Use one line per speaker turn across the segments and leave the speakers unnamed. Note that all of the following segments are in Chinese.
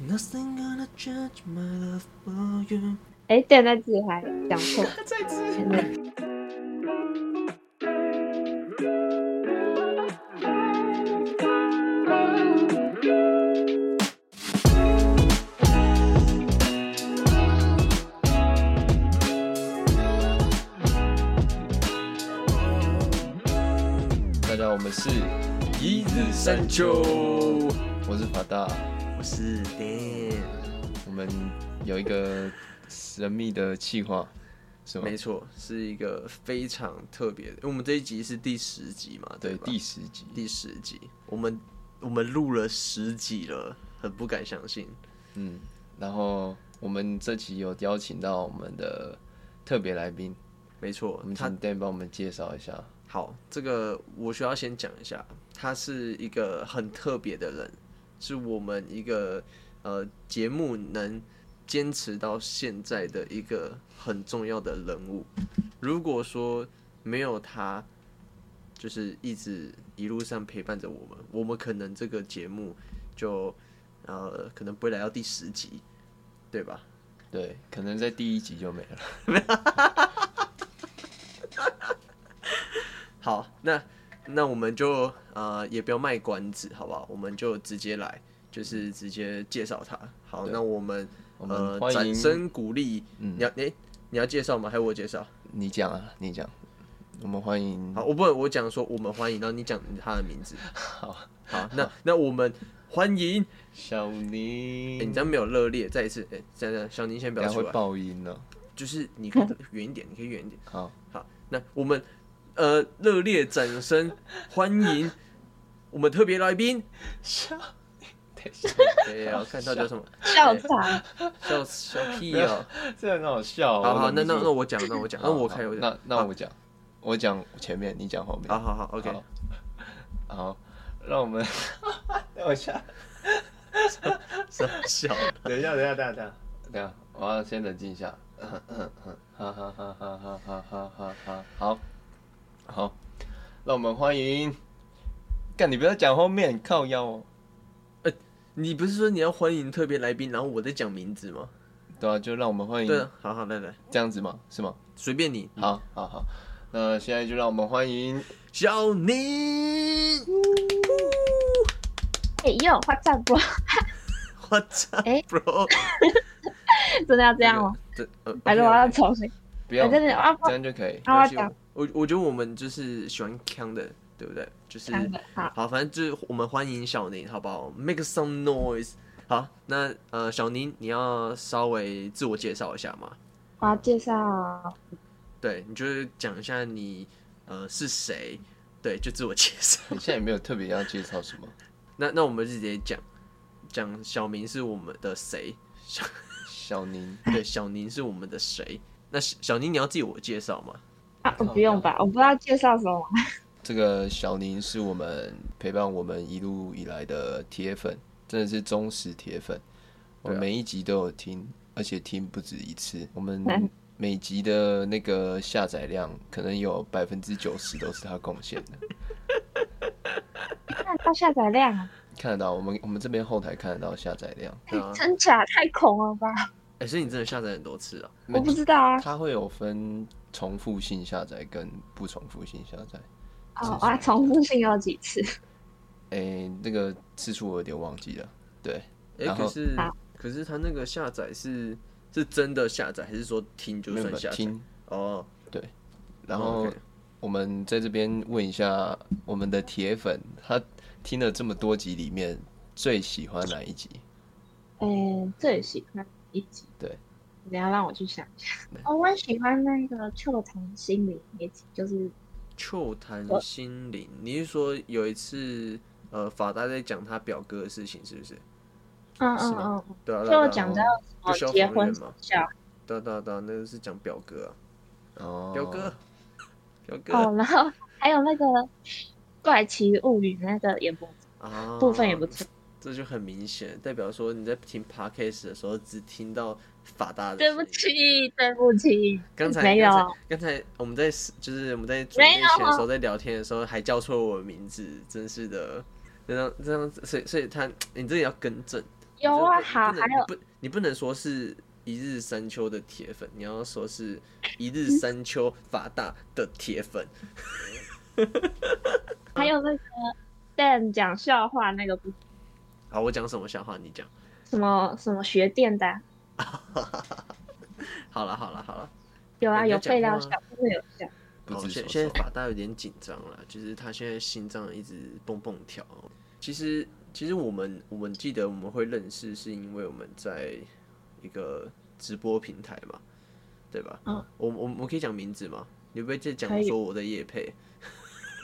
Nothing gonna judge my love for you。
哎，现在自己还讲错，
再次
真的。
大家好，我们是一日三秋，我是法大，
我是 Dan，
我们有一个神秘的计划，是吗？
没错，是一个非常特别的，因为我们这一集是第十集嘛，
对，
吧
第十集，
第十集，我们我们录了十集了，很不敢相信。
嗯，然后我们这期有邀请到我们的特别来宾，
没错
我，们请
他
Dan 帮我们介绍一下，
好，这个我需要先讲一下，他是一个很特别的人，是我们一个呃节目能坚持到现在的一个很重要的人物。如果说没有他，就是一直一路上陪伴着我们，我们可能这个节目就呃可能不会来到第十集，对吧？
对，可能在第一集就没了。
好，那那我们就呃也不要卖关子，好不好？我们就直接来，就是直接介绍他。好，
对
那我们
我们
呃
欢
掌
迎
声鼓励。
嗯
你要诶、你要介绍吗？还是我介绍？
你讲啊，你讲，我们欢迎
好，我不我讲说我们欢迎，然后你讲他的名字。
好
好，那那我们欢迎。
小宁，
哎诶你这样没啊有热烈，再一次，诶、这样小宁先不
等
要
下
出
会
来，
爆音了。
就是你可以远一点，你可以远一点。
好，
好，那我们呃热烈掌声欢迎我们特别来宾。
小， 等一下，
对啊，看他叫什么？
笑场，
笑笑屁
没
哦
有！这很好笑哦。
好好，
我
那
忍不
那
住
那我讲，那我讲，那
好
我
好
开我讲。
那那我讲，我讲前面，你讲后面。
好好好，OK。
好好，让我 们等一下，
笑，
等一下，等一下，等一下， 等一下，我要先冷静一下。嗯嗯嗯哈哈哈哈哈哈哈哈哈！好，好，让我们欢迎。干，你不要讲后面，靠腰哦。
你不是说你要欢迎特别来宾，然后我在讲名字吗？
对啊，嗯就让我们欢
对
迎
啊，好好来来，
这样子嘛，是吗？
随便你。
好，好，好。那现在就让我们欢迎
小宁，
哎呦，花赞不？
我操
诶
，bro，
真的要这样吗？哦
这呃，
还是
OK，
我要
OK
重新？
不要
哎真的啊不
这样就可以。
然后
没
讲
关系我我我觉得我们就是喜欢腔的，对不对？就是
三个，好，
好，反正就是我们欢迎小宁，好不好？Make some noise。好，那呃，小宁，你要稍微自我介绍一下吗？
我要介绍，啊
对，你就是讲一下你呃是谁，对，就自我介绍。
你现在也没有特别要介绍什么。
那那我们就直接讲讲小明是我们的谁，小
小宁，
对小宁是我们的谁。那小小宁你要自我介绍吗？
啊，我不用吧，我不知道介绍什么，
这个小宁是我们陪伴我们一路以来的铁粉，真的是忠实铁粉。我
对啊
每一集都有听，而且听不止一次。我
嗯
们每集的那个下载量，可能有百分之九十都是他贡献的。
看到下载量啊，
看得到，我们我们这边后台看得到下载量，
对啊，
真假太恐了吧？
哎、所以你真的下载很多次啊？
我不知道啊，
它会有分重复性下载跟不重复性下载。
哦，我要重复性有几次？
诶、那个次数我有点忘记了。对，
哎、
然后
可是
好
可是他那个下载是是真的下载，还是说听就
没有
算
没
下
有
载？
听，
哦，
然
哦
后
OK
我们在这边问一下我们的铁粉，他听了这么多集里面最喜欢哪一集？
嗯，最喜欢一集，
对，
你要让我去想一下。哦，我很喜欢那个《秋堂心灵》那集，就是
秋谈心灵，你是说有一次呃法大在讲他表哥的事情，是不是？
嗯
是
嗯
吗
嗯，
对啊，对啊
嗯就
对啊
讲到什
不需要
么结
否
婚
认嘛
小
对啊对啊对啊，那个是讲表哥啊，
哦，
表哥，表哥
哦，然后 还有那个《怪奇物语》那个也不
啊，
哦部分也不错，
这就很明显，代表说你在听 podcast 的时候只听到法大的。
对不，起，对不起，
刚才
没有，
刚才刚才我们在就是我们在准备
没有啊
前的时候在聊天的时候还叫错我的名字，真是的。这样这样，所以所以他你这里要更正，
有啊，
你就
好，
不
还
能
有
不，你不能说是一日三秋的铁粉，你要说是一
嗯
日三秋法大的铁粉。
还有那个 Dan 讲笑话那个不
好，我讲什么笑话你讲。
什么什么学电的啊、
好了好了好了，
有啊
人家讲
有废料
话
笑，真的有笑。
不
好
知
现
所
现
措
在。法大有点紧张了，就是他现在心脏一直蹦蹦跳。其实其实我们我们记得我们会认识，是因为我们在一个直播平台嘛，对吧？
嗯，
我我我可以讲名字吗？你不会再
可
讲
以
说我的叶配？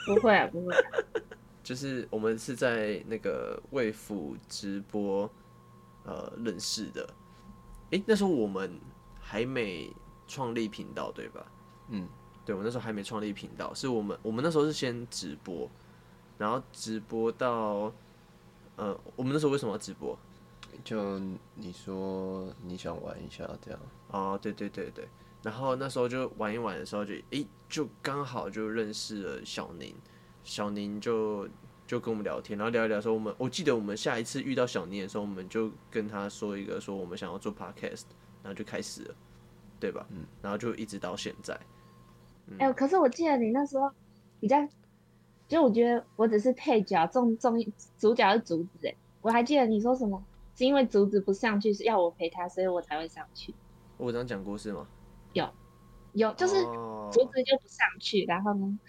不会啊，不会
嗯
啊、
就是我们是在那个卫府直播呃认识的。诶、那时候我们还没创立频道对吧？
嗯，
对我那时候还没创立频道，是我们我们那时候是先直播，然后直播到呃，我们那时候为什么要直播？
就你说你想玩一下这样，
哦，对对对对，然后那时候就玩一玩的时候就，诶，就刚好就认识了小宁，小宁就就跟我们聊天，然后聊一聊说我们，我记得我们下一次遇到小宁的时候，我们就跟他说一个说我们想要做 podcast，然后就开始了，对吧？
嗯，
然后就一直到现在，嗯
哎、可是我记得你那时候比较，就我觉得我只是配角，重重主角是竹子哎、我还记得你说什么，是因为竹子不上去是要我陪他，所以我才会上去。
我有这样讲过是吗？
有就是
哦
竹子就不上去，然后呢，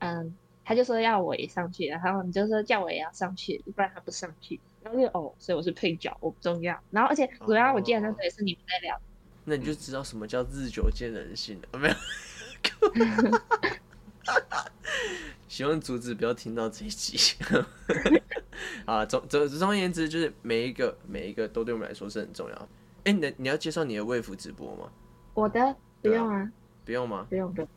嗯，他就说要我也上去，然后你就说叫我也要上去，不然他不上去。然后就哦，所以我是配角，我不重要。然后而且主要我记得那时候也是你们在聊，
那你就知道什么叫日久见人心了，啊没有？ 希望竹子不要听到这一集。 啊，总总总而言之，就是每一个每一个都对我们来说是很重要。哎、你的你要介绍你的卫服直播吗？
我的不用啊，
不用吗？
不用不用，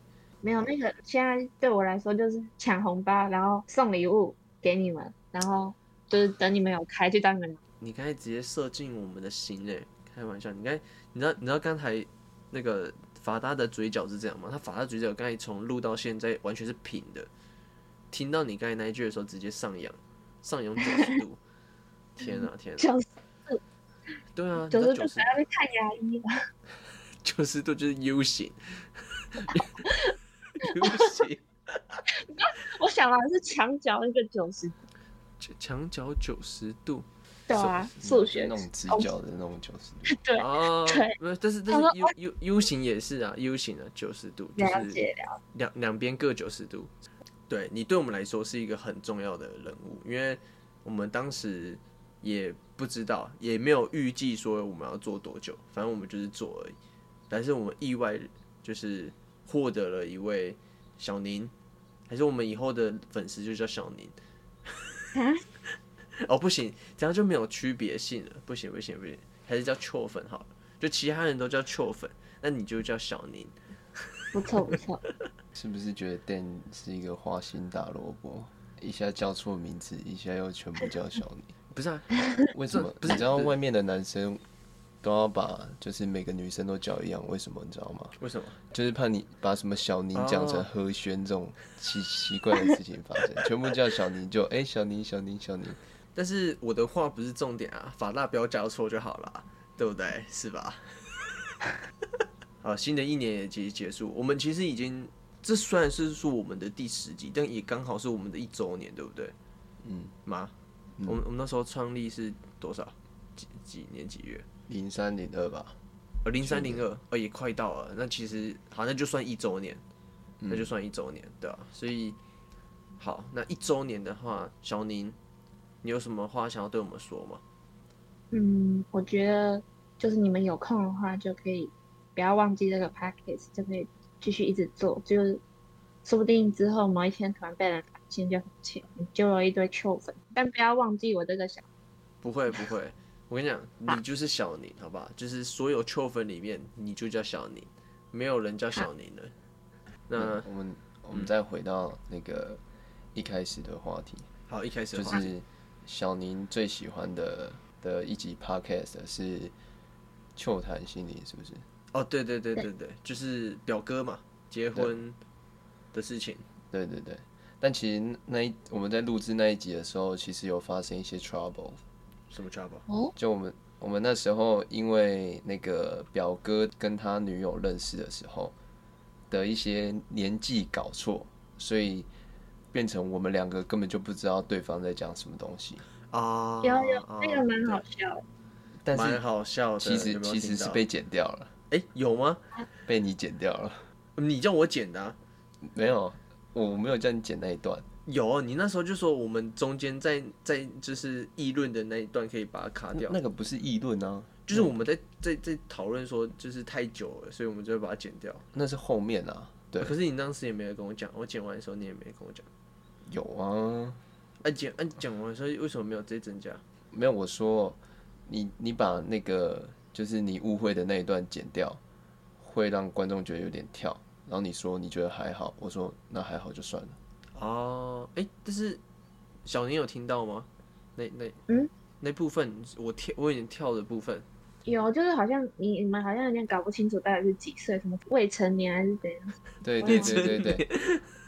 没有那个现在对我来说就是抢红包，然后送礼物给你们，然后就是等你们有开就当你们拿
你刚才直接射进我们的心嘞！开玩笑，你刚才你知道你知道刚才那个法达的嘴角是这样吗？他法达嘴角刚才从录到现在完全是平的，听到你刚才那一句的时候直接上扬，上扬九十度。天啊 天啊！
就是
对啊，
九十
九
度
十
还要去看牙医吧。
九十度就是 U 型，U 型
我想了是墙角那个九十，
墙墙角九十度
对啊，
什么
数学
那种直角的那种九十度，
对，
啊
对，
没有，但是
他
但
说
是 U U U 型也是啊，U 型啊九十度就
了
是
解了
两两边各九十度。对你对我们来说是一个很重要的人物，因为我们当时也不知道，也没有预计说我们要做多久，反正我们就是做而已。但是我们意外就是获得了一位小宁，还是我们以后的粉丝就叫小宁。
啊。
哦，不行，这样就没有区别性了，不行不行不行，还是叫秋粉好了，就其他人都叫秋粉，那你就叫小宁。
不错不错，
是不是觉得 Dan 是一个花心大萝卜？一下叫错名字，一下又全部叫小你，
不是啊，
为什么？
不
你
是
知道
不是
外面的男生都要把就是每个女生都叫一样，为什么你知道吗？
为什么？
就是怕你把什么小宁讲成
哦
何轩这种奇奇怪的事情发生， 全部叫小宁就哎、小宁小宁小宁，
但是我的话不是重点啊，法大不要叫错就好了，对不对？是吧？ 好，新的一年也结结束，我们其实已经，这虽然是说我们的第十集，但也刚好是我们的一周年，对不对？
嗯，
妈，
嗯
我们我们那时候创立是多少？几几年几月？
零三零二吧，
呃，零三零二，呃，也快到了。那其实好，那就算一周年，
嗯
那就算一周年，对吧、啊所以，好，那一周年的话，小宁，你有什么话想要对我们说吗？
嗯，我觉得就是你们有空的话，就可以不要忘记这个 package，就可以继续一直做，就是说不定之后某一天突然被人发现就很气，你就有一堆臭粉，但不要忘记我这个小，
不会，不会，我跟你讲，你就是小宁，好吧？就是所有秋粉里面，你就叫小宁，没有人叫小宁了。那
嗯我们我们再回到那个一开始的话题，
好，一开始
就
的话
是小宁最喜欢的的一集 podcast 是《秋谈心理》，是不是？
哦，对对对对对，就是表哥嘛，结婚的事情。
对对对。但其实那一我们在录制那一集的时候，其实有发生一些 trouble，
什么 trouble？
哦，
就我们我们那时候因为那个表哥跟他女友认识的时候的一些年纪搞错，所以变成我们两个根本就不知道对方在讲什么东西。
啊，
有有
啊，
那个蛮好笑的。
但
蛮
是
好笑的。
其实
有没有
其实
听
是
到
被剪掉了，
哎有吗？
被你剪掉了。
你叫我剪的啊、
没有，我没有叫你剪那一段。
有，你那时候就说我们中间在在就是议论的那一段可以把它卡掉，
那个不是议论啊，
就是我们在在在讨论说就是太久了，所以我们就会把它剪掉。
那是后面啊。对，
可是你当时也没有跟我讲，我剪完的时候你也没跟我讲。
有啊，
哎、剪哎、讲完的时候为什么没有直接增加？
没有我说你你把那个就是你误会的那一段剪掉，会让观众觉得有点跳。然后你说你觉得还好，我说那还好就算了。
哦，哎、但是小宁有听到吗？那那
嗯
那部分我跳我已经跳的部分，
有，就是好像你你们好像有点搞不清楚到底是几岁，什么未成年还是怎样？
对
哇
嗯对对对对，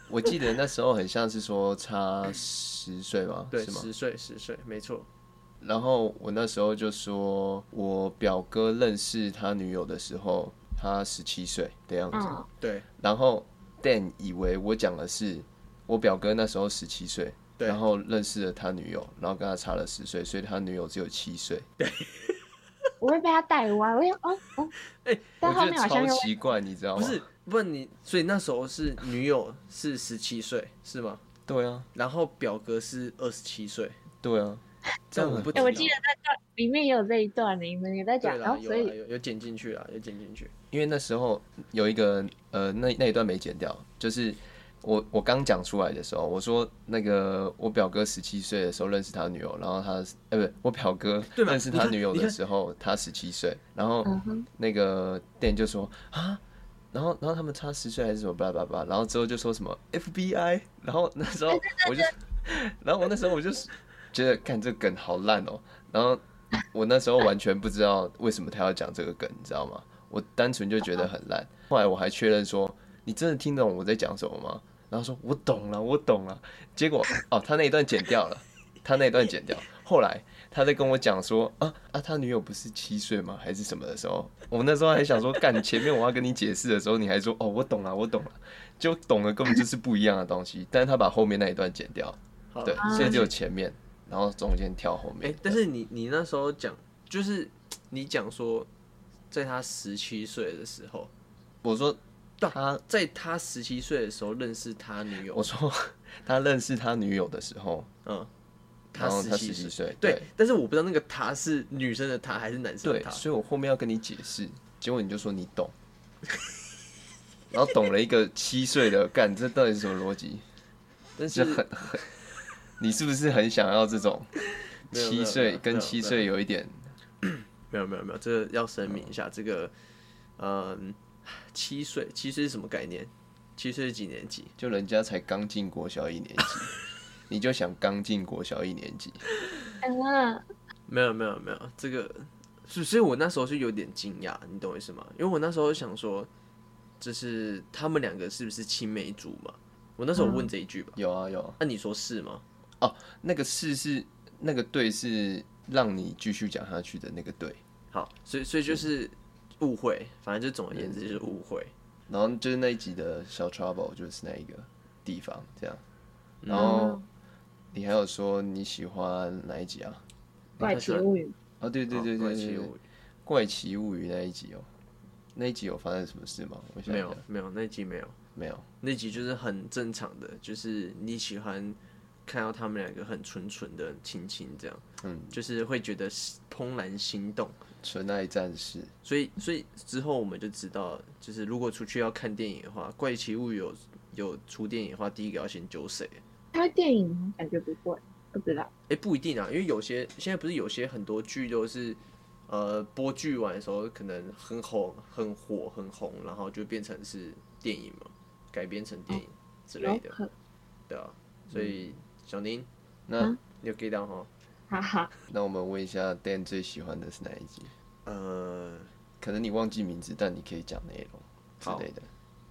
我记得那时候很像是说差十岁吧，
对，
是吗？
十岁十岁，没错。
然后我那时候就说，我表哥认识他女友的时候，他十七岁的样子。
嗯，
对
然后 Dan 以为我讲的是我表哥那时候十七岁，
对
然后认识了他女友，然后跟他差了十岁，所以他女友只有七岁。
我会被他带歪，我也哦哦，
哎
我
但后
觉
面
得
好像
超
又
奇怪，你知道
不
吗？
是，问你，所以那时候是女友是十七岁是吗？
对啊，
然后表哥是二十七岁，
对啊，
这样我不
哎、
知道。
我记得那段里面也有这一段，你们也在讲，
对
然
啦，
后、
有
所
啦
以
有有剪进去啊啦，有剪进去。
因为那时候有一个呃，那那一段没剪掉，就是我我刚讲出来的时候，我说那个我表哥十七岁的时候认识他女友，然后他呃不，我表哥
对嘛
认识
你
他
看
女友
你
的
看
时候，他十七岁，然后
嗯哼，
那个店就说啊，然后然后他们差十岁还是什么巴拉巴拉巴拉，然后之后就说什么 FBI，然后那时候我就，然后我那时候我就觉得看这个梗好烂哦，然后我那时候完全不知道为什么他要讲这个梗，你知道吗？我单纯就觉得很烂，后来我还确认说你真的听懂我在讲什么吗？然后说我懂了，我懂了，结果哦他那一段剪掉了，他那一段剪掉，后来。他在跟我讲说啊啊，他女友不是七岁吗？还是什么的时候，我那时候还想说，干前面我要跟你解释的时候，你还说哦，我懂了，我懂了，就懂了，根本就是不一样的东西。但是他把后面那一段剪掉，
好
对
了，，
所以只有前面，然后中间跳后
哎、
面。
但是你你那时候讲，就是你讲说，在他十七岁的时候，
我说他，
在他十七岁的时候认识他女友
我，说 他认识他女友的时候，
嗯，他
然后哦他
十
十
七
七岁，
对，但是我不知道那个他是女生的他还是男生的
对，
他，
所以我后面要跟你解释，结果你就说你懂，然后懂了一个七岁的，干这到底是什么逻辑？
但是
是很很，你是不是很想要这种
没有
七
没有没
岁
有
跟七岁有一点？
没有没有没有，这个要声明一下，这个，嗯，七岁，七岁是什么概念？七岁是几年级？
就人家才刚进国小一年级，你就想刚进国小一年级？
嗯，
没有没有没有，这个，所以所以我那时候是有点惊讶，你懂我意思吗？因为我那时候想说，就是他们两个是不是青梅竹马？我那时候问这一句吧，
有啊有啊，
那、你说是吗？
那个是是那个对是让你继续讲下去的那个对，
好，所以所以就是误会，反正就总而言之就是误会。
然后就是那一集的小 trouble 就是那一个地方这样，然后
哦，
你还有说你喜欢哪一集啊？
怪奇物语，
哦对对对
好怪
对
奇
对，对
物语
怪奇物语那一集哦，那一集有发生什么事吗？我想
没
一下
有没有那集没有。
没有。
那集就是很正常的，就是你喜欢看到他们两个很纯纯的亲亲这样，
嗯，
就是会觉得是怦然心动。
纯爱战士，
所以，所以之后我们就知道，就是如果出去要看电影的话，《怪奇物语有》有出电影的话，第一个要先揪谁？
它会电影吗？感觉不会，不知道。
哎、不一定啊，因为有些现在不是有些很多剧都是，呃，播剧完的时候可能很红、很火、很红，然后就变成是电影嘛，改编成电影之类的，
可
对啊。所以，小宁，
那、
嗯
你有 get 到哈？
哈哈，
那我们问一下，Dan 最喜欢的是哪一集？
呃，
可能你忘记名字，但你可以讲内容之
好
类的。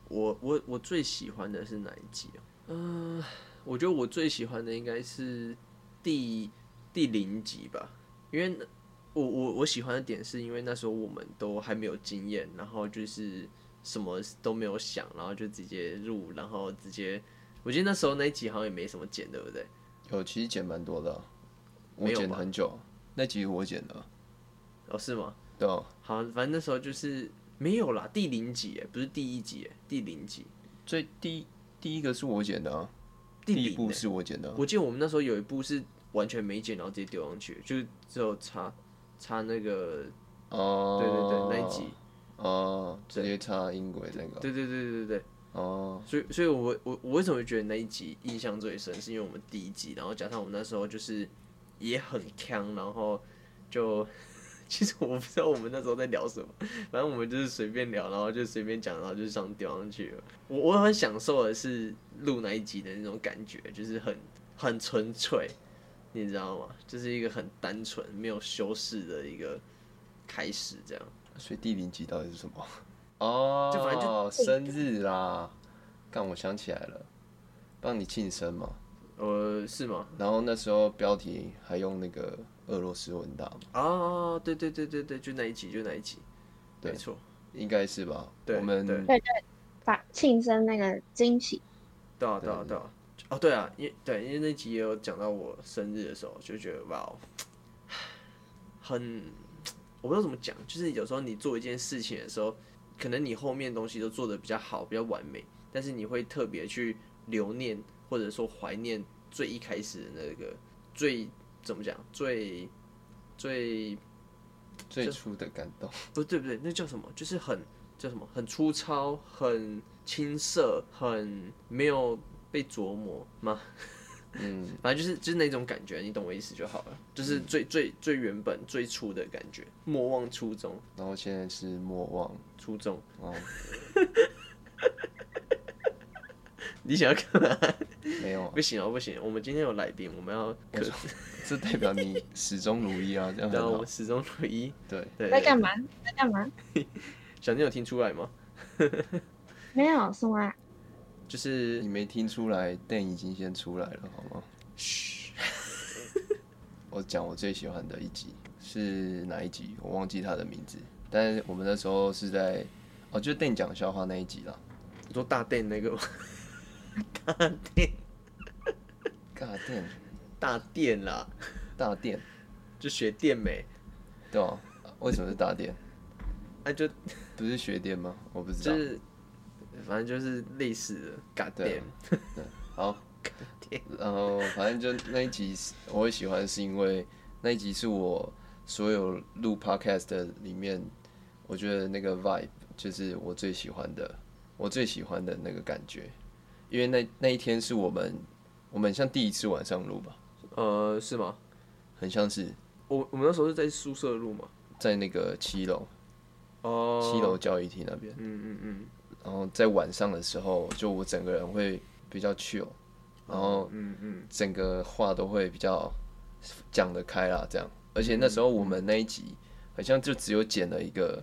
我我我最喜欢的是哪一集啊？嗯、
呃
我觉得我最喜欢的应该是第第零集吧，因为我我我喜欢的点是因为那时候我们都还没有经验，然后就是什么都没有想，然后就直接录，然后直接，我记得那时候那一集好像也没什么剪，对不对？
有其实剪蛮多的啊，我
没有
剪
吧
很久，那集我剪的，
哦，是吗？
对啊，
好，反正那时候就是没有啦，第零集耶，不是第一集耶，第零集，
最第第一个是我剪的啊，
第
第一
零
部
耶
是我剪的啊，
我记得我们那时候有一部是完全没剪，然后直接丢上去，就只有插插那个，
哦，
对对对，那一集，
哦，直接插音轨那个，
对对对对对对，
哦，
所以所以我我我为什么会觉得那一集印象最深，是因为我们第一集，然后加上我们那时候就是也很呛，然后就 其实我不知道我们那时候在聊什么，反正我们就是随便聊，然后就随便讲，然后就上丢上去了。我我很享受的是录那一集的那种感觉，就是很很纯粹，你知道吗？就是一个很单纯、没有修饰的一个开始，这样。
所以第零集到底是什么？哦，
就反正就
生日啦，干，我想起来了，帮你庆生嘛，
呃，是吗？
然后那时候标题还用那个俄罗斯文打嘛，
哦，对对对对对，就那一集，就那一集，
对
没错。
应该是吧？
对
我们
对
对对，把庆生那个惊喜，
对啊，对啊，对啊。哦，对啊，因对，因为那集也有讲到我生日的时候，就觉得哇哦，很，我不知道怎么讲，就是有时候你做一件事情的时候，可能你后面东西都做的比较好，比较完美，但是你会特别去留念或者说怀念最一开始的那个最怎么讲最最
最初的感动，
不对不对，那叫什么？就是很叫什么？很粗糙，很青涩，很没有被琢磨吗？
嗯，
反正就是就是那种感觉，你懂我意思就好了，就是最最最原本最初的感觉，莫忘初衷，
然后现在是莫忘，
初衷。
哦，
你想要干嘛？
没 有啊
不，行哦，不行，我们今天有来宾，我们要可，
这代表你始终如一啊，这样很
然后我
好
们，始终如一。
对，
对，
在
对
干嘛？在干嘛？
小妞有听出来吗？
没有什么啊，
就是
你没听出来，电已经先出来了，好吗？
嘘，
我讲我最喜欢的一集是哪一集？我忘记它的名字，但是我们那时候是在哦，就电讲笑话那一集啦。
你说大电那个吗？
尬电
大电啦，
大电，
就学电美，
对吧、为什么是大电？
那、啊就
不是学电吗？我不知道。
就是，反正就是类似的。God
对
damn！
啊好，然后反正就那一集是我会喜欢，是因为那一集是我所有录 podcast 的里面，我觉得那个 vibe 就是我最喜欢的，我最喜欢的那个感觉，因为那那一天是我们我们像第一次晚上录吧，
呃，是吗？
很像是
我我们那时候是在宿舍录嘛？
在那个七楼
哦，
七楼。教育厅那边，
嗯嗯嗯，
然后在晚上的时候，就我整个人会比较 chill，然后
嗯嗯，
整个话都会比较讲得开啦，这样。而且那时候我们那一集好像就只有剪了一个，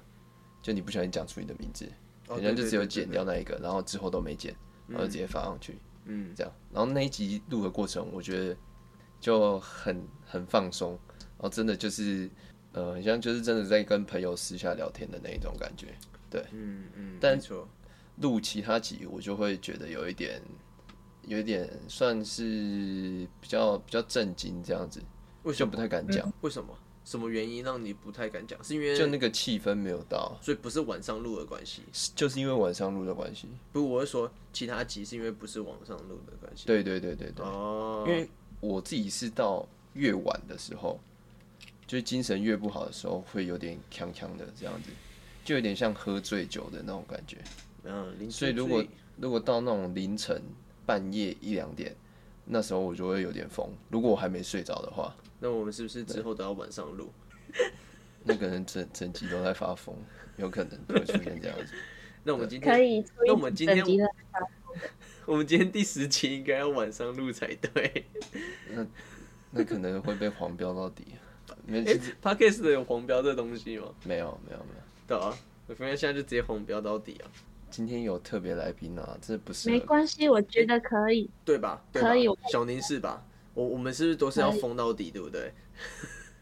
就你不小心讲出你的名字，
哦
好像就只有
对对对
剪掉那一个，然后之后都没剪，然后直接发上去，
嗯，
这样。然后那一集录的过程，我觉得就很很放松，然后真的就是呃，好像就是真的在跟朋友私下聊天的那一种感觉。
嗯嗯，
但
没错，
录其他集，我就会觉得有一点，有一点算是比较比较震惊这样子，
为什
就
么？嗯
不太敢讲，
为什么？什么原因让你不太敢讲？是因为
就那个气氛没有到，
所以不是晚上录的关系，
是就是因为晚上录的关系。
不，我是说其他集是因为不是晚上录的关系。
对对对对对，
哦，
因为我自己是到越晚的时候，就是精神越不好的时候，会有点呛呛的这样子，就有点像喝醉酒的那种感觉。
嗯，零
所以如果如果到那种凌晨半夜一两点，那时候我就会有点疯。如果我还没睡着的话。
那我们是不是之后都要晚上录？
那个人整整集都在发疯，有可能会出现这样子。
那我们今
可
天
以出
那我们
一集
今天
整集的
我们今天第十集应该要晚上录才对。
那可能会被黄标到底。没
哎
其实
p o d c a s t 有黄标这东西吗？
没有没有没有，
对啊，我发现现在就直接黄标到底啊，
今天有特别来宾啊，这不是
没
呃
关系，我
哎
觉得可以。
对吧？对吧
可以我
小宁是吧？我我们是不是都是要
可以
封到底，对不对？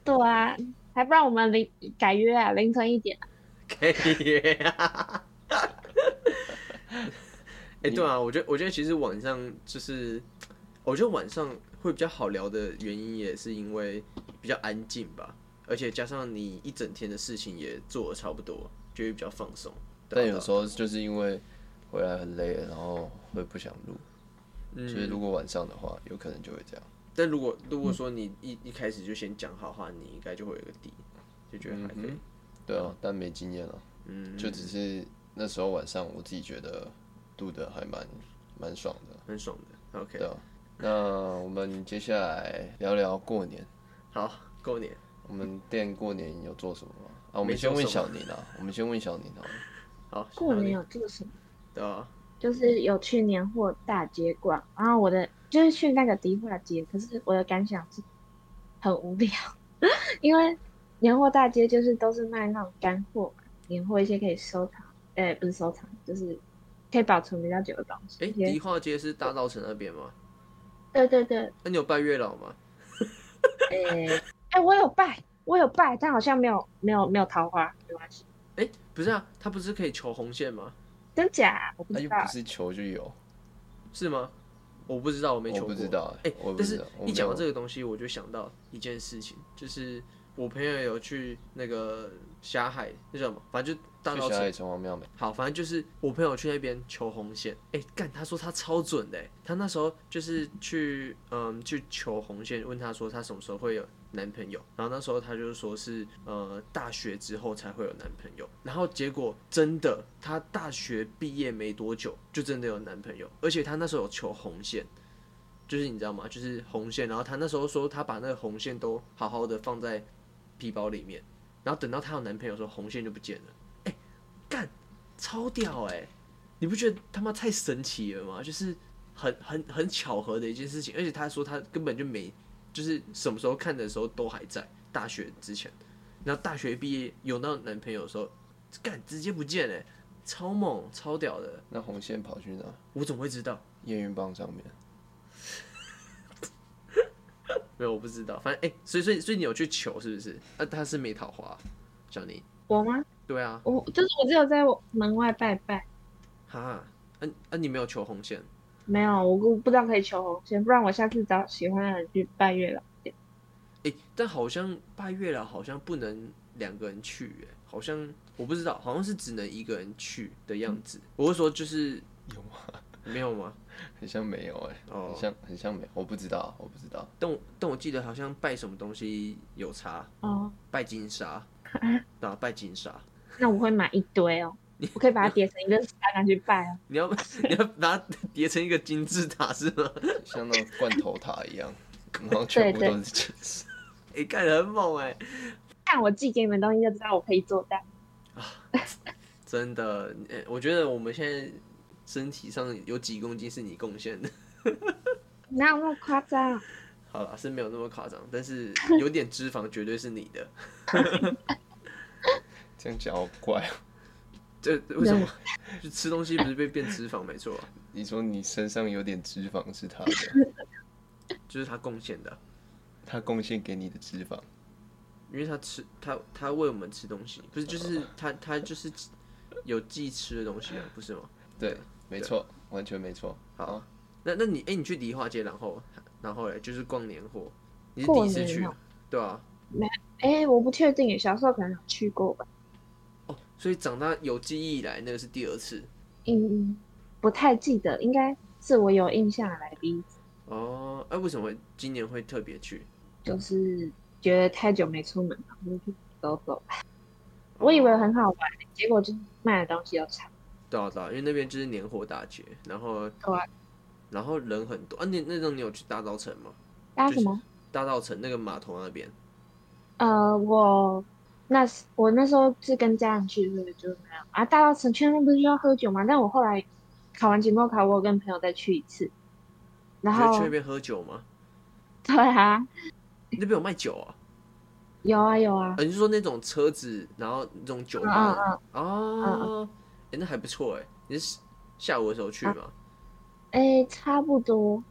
对啊，还不让我们凌改约啊，凌晨一点啊、
可以啊。 哎、对啊，我觉得我觉得其实晚上就是，我觉得晚上会比较好聊的原因，也是因为比较安静吧，而且加上你一整天的事情也做的差不多，就会比较放松。对
但
啊
有时候就是因为回来很累了，然后会不想录，
嗯
所以如果晚上的话，有可能就会这样。
但如果如果
嗯
说你一一开始就先讲好话，你应该就会有一个底，就觉得还可以。
对啊，但没经验了，
嗯，
就只是那时候晚上我自己觉得录的还蛮蛮爽的。
很爽的。OK，
对啊，那我们接下来聊聊过年，
好，过年
我们店过年有做什么吗？啊，我
没
们先
做什
问
么
小宁啊，我们先问小宁好了。
好。
过
好
年
你
有做什么？
对啊，
就是有去年货大街逛，然后我的就是去那个迪化街，可是我的感想是很无聊， 因为年货大街就是都是卖那种干货嘛，年货一些可以收藏，呃，不是收藏，就是可以保存比较久的东西。
哎、
一些
迪化街是大稻城那边吗？
对对对，
那、你有拜月老吗？
哎、哎、我有拜，我有拜，但好像没有没有没有桃花，没关系，
哎、不是啊，他不是可以求红线吗？
真假我不
他
知
啊又
道
哎不。是求就有，
是吗？我不知道，我没求
我
过。
不知道
哎、
我不
但
知
是
道我
一
没
讲到
有
这个东西，我就想到一件事情，就是我朋友有去那个霞海，那叫什么？反正就大
去
稻
小
城
海。城隍庙没？
好，反正就是我朋友去那边求红线，哎、干，他说他超准的、哎他那时候就是去，嗯，去求红线，问他说他什么时候会有男朋友，然后那时候他就说是，呃，大学之后才会有男朋友，然后结果真的，他大学毕业没多久就真的有男朋友，而且他那时候有求红线。就是你知道吗？就是红线，然后他那时候说他把那个红线都好好的放在皮包里面，然后等到她有男朋友的时候，红线就不见了。超屌哎、你不觉得他妈太神奇了吗？就是很很很巧合的一件事情，而且他说他根本就没，就是什么时候看的时候都还在大学之前，然后大学毕业有那男朋友的时候，干直接不见哎、超猛超屌的，
那红线跑去哪？
我怎么会知道？
验孕棒上面。
没有我不知道，反正哎、所以所以所以你有去求是不是？啊，他是没桃花，小宁，
我吗？
对啊，
我就是我只有在门外拜拜，
哈，啊啊你没有求红线，
没有，我不不知道可以求红线，不然我下次找喜欢的人去拜月老。
诶，但好像拜月老好像不能两个人去、诶，好像我不知道，好像是只能一个人去的样子。我是说，就是
有吗？
没有吗？
很像没有哎、
哦
很像很像没有，我不知道，我不知道。
但我但我记得好像拜什么东西有差，
哦，
拜金沙，对啊，拜金沙。
那我会买一堆哦，我可以把它叠成一个沙拿去拜哦。
你要 你要把它叠成一个金字塔是吗？
像那种罐头塔一样， 然后全部
对
都是金色。
诶，干得很猛哎、
看我寄给你们东西就知道我可以做到。
真的、诶我觉得我们现在身体上有几公斤是你贡献的。
哪有那么夸张？啊
好了，是没有那么夸张，但是有点脂肪绝对是你的。
这样讲好怪、哦。
这为什么？ 就吃东西不是被变脂肪，没错啊、
你说你身上有点脂肪是他 的，
就是他贡献的，啊
他贡献给你的脂肪。
因为他吃他他喂我们吃东西，不是就是
哦
他他就是有寄吃的东西啊，不是吗？
对，没错，完全没错。
啊
好，那那你哎、你去梨花街，然后然后嘞，就是逛年货，你是第
过
一
年
次去
哦，
对啊，
哎、我不确定，小时候可能有去过吧。
哦，所以长大有记忆以来，那个是第二次
嗯，不太记得，应该是我有印象来第一次，
哦。哎、为什么会今年会特别去？
就是觉得太久没出门了，我就去走走吧。我以为很好玩，结果就是卖的东西都差不
对啊对啊，因为那边就是年货大街，然后
多啊。
然后人很多啊。你那种你有去大稻城吗？
搭
就是
什么？
大稻城那个码头那边。
呃，我那时我那时候是跟家人去，所以就没有啊。大稻城去那边不是要喝酒吗？但我后来考完期末考，我有跟朋友再去一次，然
你就去
后
那边喝酒吗？
对啊，
那边有卖酒啊？
有啊有啊
啊，你是说那种车子，然后那种酒
嗯嗯
吧？
嗯，
哦，哎，那还不错哎。你是下午的时候去吗？
哎，差不多，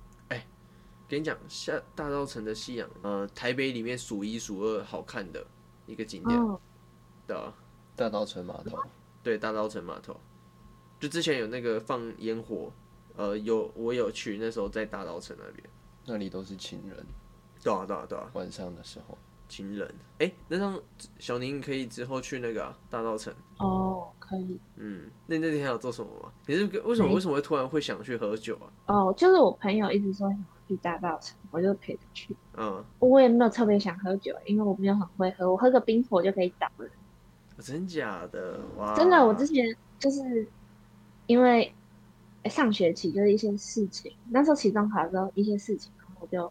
跟你讲，下大稻城的夕阳，呃，台北里面数一数二好看的一个景点
哦，
对啊
大稻城码头，
对，大稻城码头，就之前有那个放烟火，呃，有我有去，那时候在大稻城那边，
那里都是情人，
对啊，对啊，对啊，
晚上的时候。
情人，哎、那让小宁可以之后去那个啊、大稻城，
哦，可以。
嗯，那那天还有做什么吗？你是为什么
没
为什么会突然会想去喝酒啊？
哦，就是我朋友一直说想去大稻城，我就陪他去。
嗯，
我也没有特别想喝酒，因为我没有很会喝，我喝个冰火就可以倒了。
真假的哇？
真的，我之前就是因为诶上学期就是一些事情，那时候期中考的时候一些事情，然后我就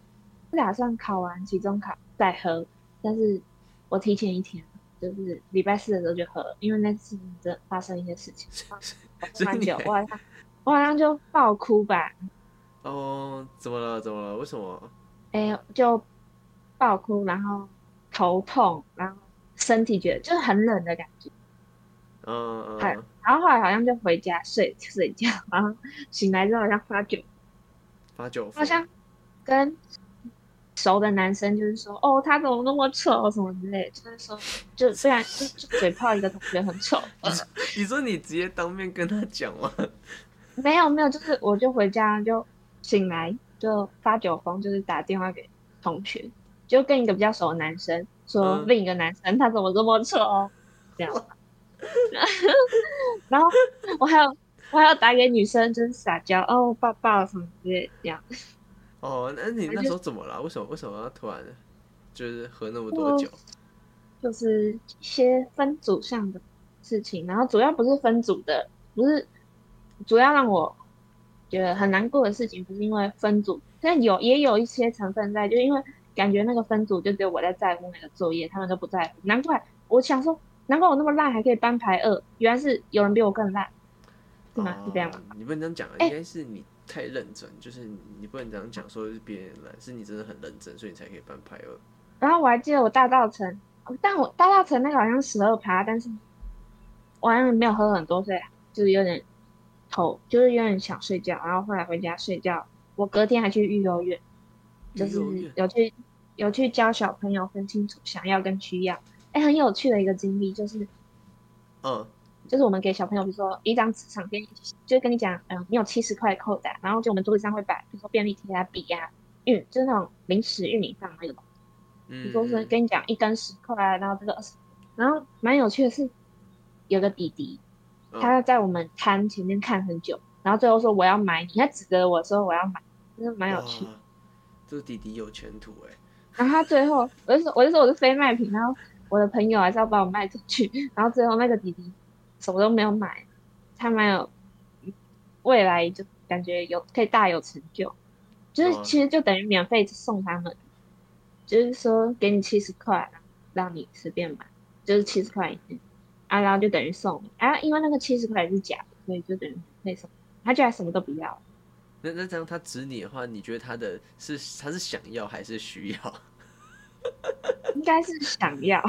不打算考完期中考再喝，但是我提前一天，就是礼拜四的时候就喝了，因为那次真的发生一些事情，我喝完酒，我好像我好像就爆哭吧，
哦，怎么了？怎么了？为什么？
哎、就爆哭，然后头痛，然后身体觉得就是很冷的感觉。
嗯嗯
嗨
嗯，
然后后来好像就回家睡睡觉，然后醒来之后好像发酒，
发酒疯
好像跟熟的男生就是说，哦，他怎么那么丑什么之类的，就是说，就虽然就就嘴炮一个同学很丑，
你说你直接当面跟他讲吗？
没有没有，就是我就回家就醒来就发酒疯，就是打电话给同学，就跟一个比较熟的男生说
嗯
另一个男生他怎么这么丑，这样。 然后我还有我还要打给女生，就是撒娇哦抱抱什么之类的这样。
哦，那你
我
那
就
时候怎么了？为什么为什么要突然就是喝那么多
我
酒？
就是一些分组上的事情，然后主要不是分组的，不是主要让我觉得很难过的事情，不是因为分组，但有也有一些成分在，就因为感觉那个分组就只有我在在乎那个作业，他们都不在乎，难怪我想说，难怪我那么烂还可以班排二，原来是有人比我更烂，是吗？是这样吗？
哦你不能这样讲啊，
哎
应该是你太认真，就是你不能这样讲，说是别人懒，是你真的很认真，所以你才可以哦办排二。
然后我还记得我大稻城，但我大稻城那个好像十二趴，但是我好像没有喝很多，所以就是有点头，就是有点想睡觉。然后后来回家睡觉，我隔天还去育幼院，就
育幼院
是有去有去教小朋友分清楚想要跟需要。哎，很有趣的一个经历就是，
嗯，
就是我们给小朋友，比如说一张纸上便利贴，就跟你讲，嗯，你有七十块扣打，然后就我们桌子上会摆，比如说便利贴啊、笔啊、玉，就是那种零食玉米棒那种。
嗯
比如说是跟你讲一根十块啊，然后这个二十，然后蛮有趣的是，有个弟弟，
嗯
他在我们摊前面看很久，然后最后说我要买你，他指着我说我要买，真的蛮有趣的。
哇这个弟弟有前途哎、
然后他最后，我就说我就说我是非卖品，然后我的朋友还是要把我卖出去，然后最后那个弟弟什么都没有买，他蛮有未来就感觉有可以大有成就，就
哇
是其实就等于免费送他们，就是说给你七十块，让你随便买，就是七十块以内啊，然后就等于送你啊，因为那个七十块也是假的，所以就等于免费送，他居然什么都不要。
那那这样他指你的话，你觉得他的是他是想要还是需要？
应该是想要，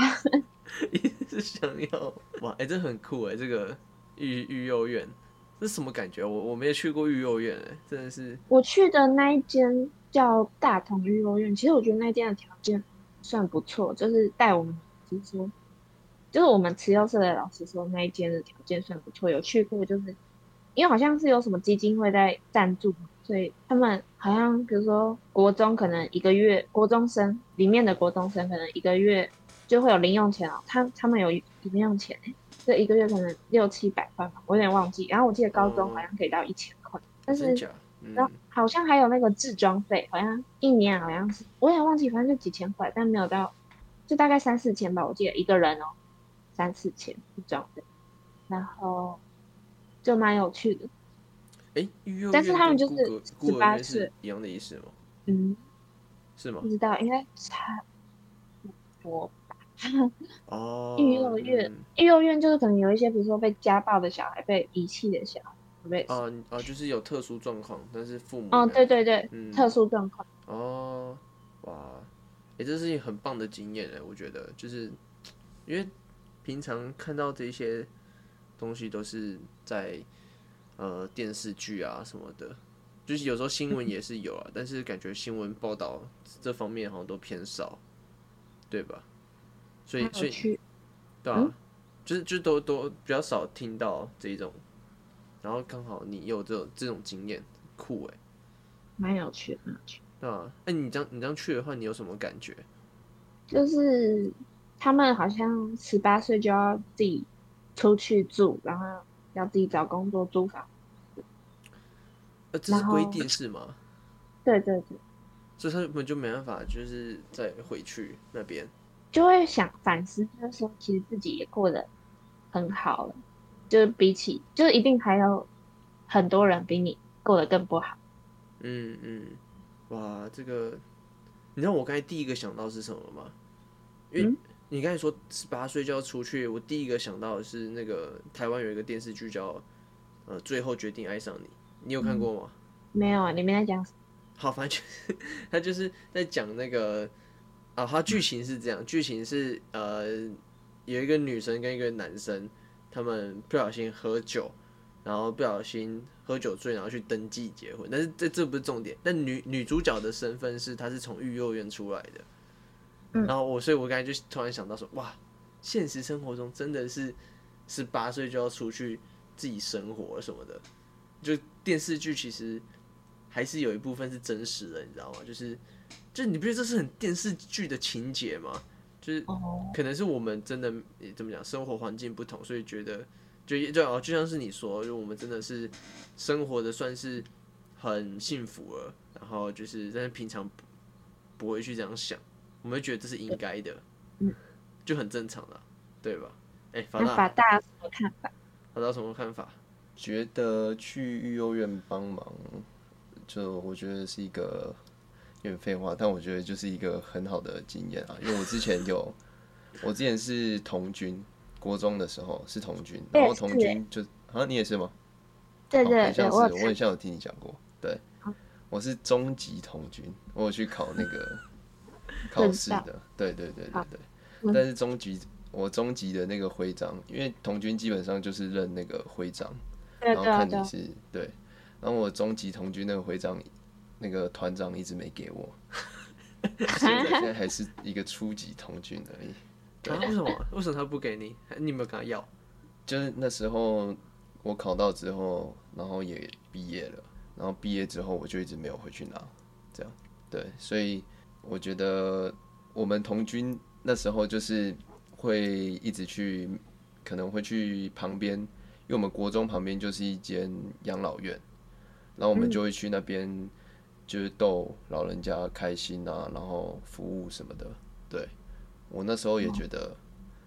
一定是想要 哇！哎、这很酷哎、这个育育幼院，这是什么感觉？我我没有去过育幼院哎、真的是
我去的那一间叫大同育幼院，其实我觉得那间的条件算不错，就是带我们老师说，就是我们慈幼社的老师说那一间的条件算不错，有去过，就是因为好像是有什么基金会在赞助，所以他们好像比如说国中可能一个月，国中生里面的国中生可能一个月就会有零用钱哦，他他们有零用钱、欸，所以一个月可能六七百块吧，我有点忘记，然后我记得高中好像可以到一千块，但是
真。假？嗯
然后好像还有那个置装费，好像一年好像是我也忘记，反正就几千块，但没有到，就大概三四千吧，我记得一个人哦，三四千置装费，然后就蛮有趣的，
哎、育幼院
但是他们
跟
就
孤
是
儿孤
18
儿院是
岁
一样的意思吗？
嗯，
是吗
不？知道应该差不多。
哦，
育幼院
嗯
育幼院就是可能有一些，比如说被家暴的小孩、被遗弃的小孩，被
哦你哦，就是有特殊状况，但是父母
哦，
没有
对对对，
嗯
特殊状况，
哦，哇，也、这是一个很棒的经验哎，我觉得就是因为平常看到这些东西都是在呃电视剧啊什么的，就是有时候新闻也是有啊，但是感觉新闻报道这方面好像都偏少，对吧？所以
好
所
有
以
趣，
对啊，就是就是都都比较少听到这一种，然后刚好你有这种这种经验，酷哎、
蛮有趣的，蛮有趣的。
对啊，哎、你这样你这样去的话，你有什么感觉？
就是他们好像十八岁就要自己出去住，然后要自己找工作、租房。
呃，这是
然后
规定是吗？
对对对，
所以他们就没办法，就是再回去那边。
就会想反思，就是说其实自己也过得很好了，就是比起，就是一定还有很多人比你过得更不好。
嗯嗯，哇，这个，你知道我刚才第一个想到是什么吗？因为
嗯
你刚才说十八岁就要出去，我第一个想到的是那个台湾有一个电视剧叫呃《最后决定爱上你》，你有
嗯
看过吗？
没有啊，你们在讲什么
好，反正就是 他就是在讲那个啊，他剧情是这样，剧情是呃有一个女生跟一个男生，他们不小心喝酒，然后不小心喝酒醉，然后去登记结婚，但是这这不是重点，但女女主角的身份是她是从育幼院出来的，
嗯
然后我所以我刚才就突然想到说，哇，现实生活中真的是十八岁就要出去自己生活什么的，就电视剧其实。还是有一部分是真实的，你知道吗？就是，就你不觉得这是很电视剧的情节吗？就是
哦，
可能是我们真的诶怎么讲，生活环境不同，所以觉得就就哦，就像是你说，就我们真的是生活的算是很幸福了，然后就是但是平常不不会去这样想，我们会觉得这是应该的，
嗯，
就很正常的，对吧？哎、法
那
大
法大有什么看
哦
法？
法大有什么看法？
觉得去育幼院帮忙，就我觉得是一个有点废话，但我觉得就是一个很好的经验啊，因为我之前有， 我之前是童军，国中的时候是童军，
我也
然后童
是欸
军就啊你也是吗？
对
哦
对
好
对，
像是
我
我
有
好
看，
像有听你讲过，对，我是中级童军，我有去考那 个考试的，对对对对
好
对
嗯，
但是中级我中级的那个徽章，因为童军基本上就是认那个徽章，
对
然后
对啊
看你
对啊，
是对，然后我中级童军那个徽章，那个团长一直没给我， 所以我现在还是一个初级童军而已。
啊，为什么？为什么他不给你？你有没有跟他要？
就是那时候我考到之后，然后也毕业了，然后毕业之后我就一直没有回去拿，这样对，所以我觉得我们童军那时候就是会一直去，可能会去旁边，因为我们国中旁边就是一间养老院，然后我们就会去那边就是逗老人家开心啊，然后服务什么的，对我那时候也觉得。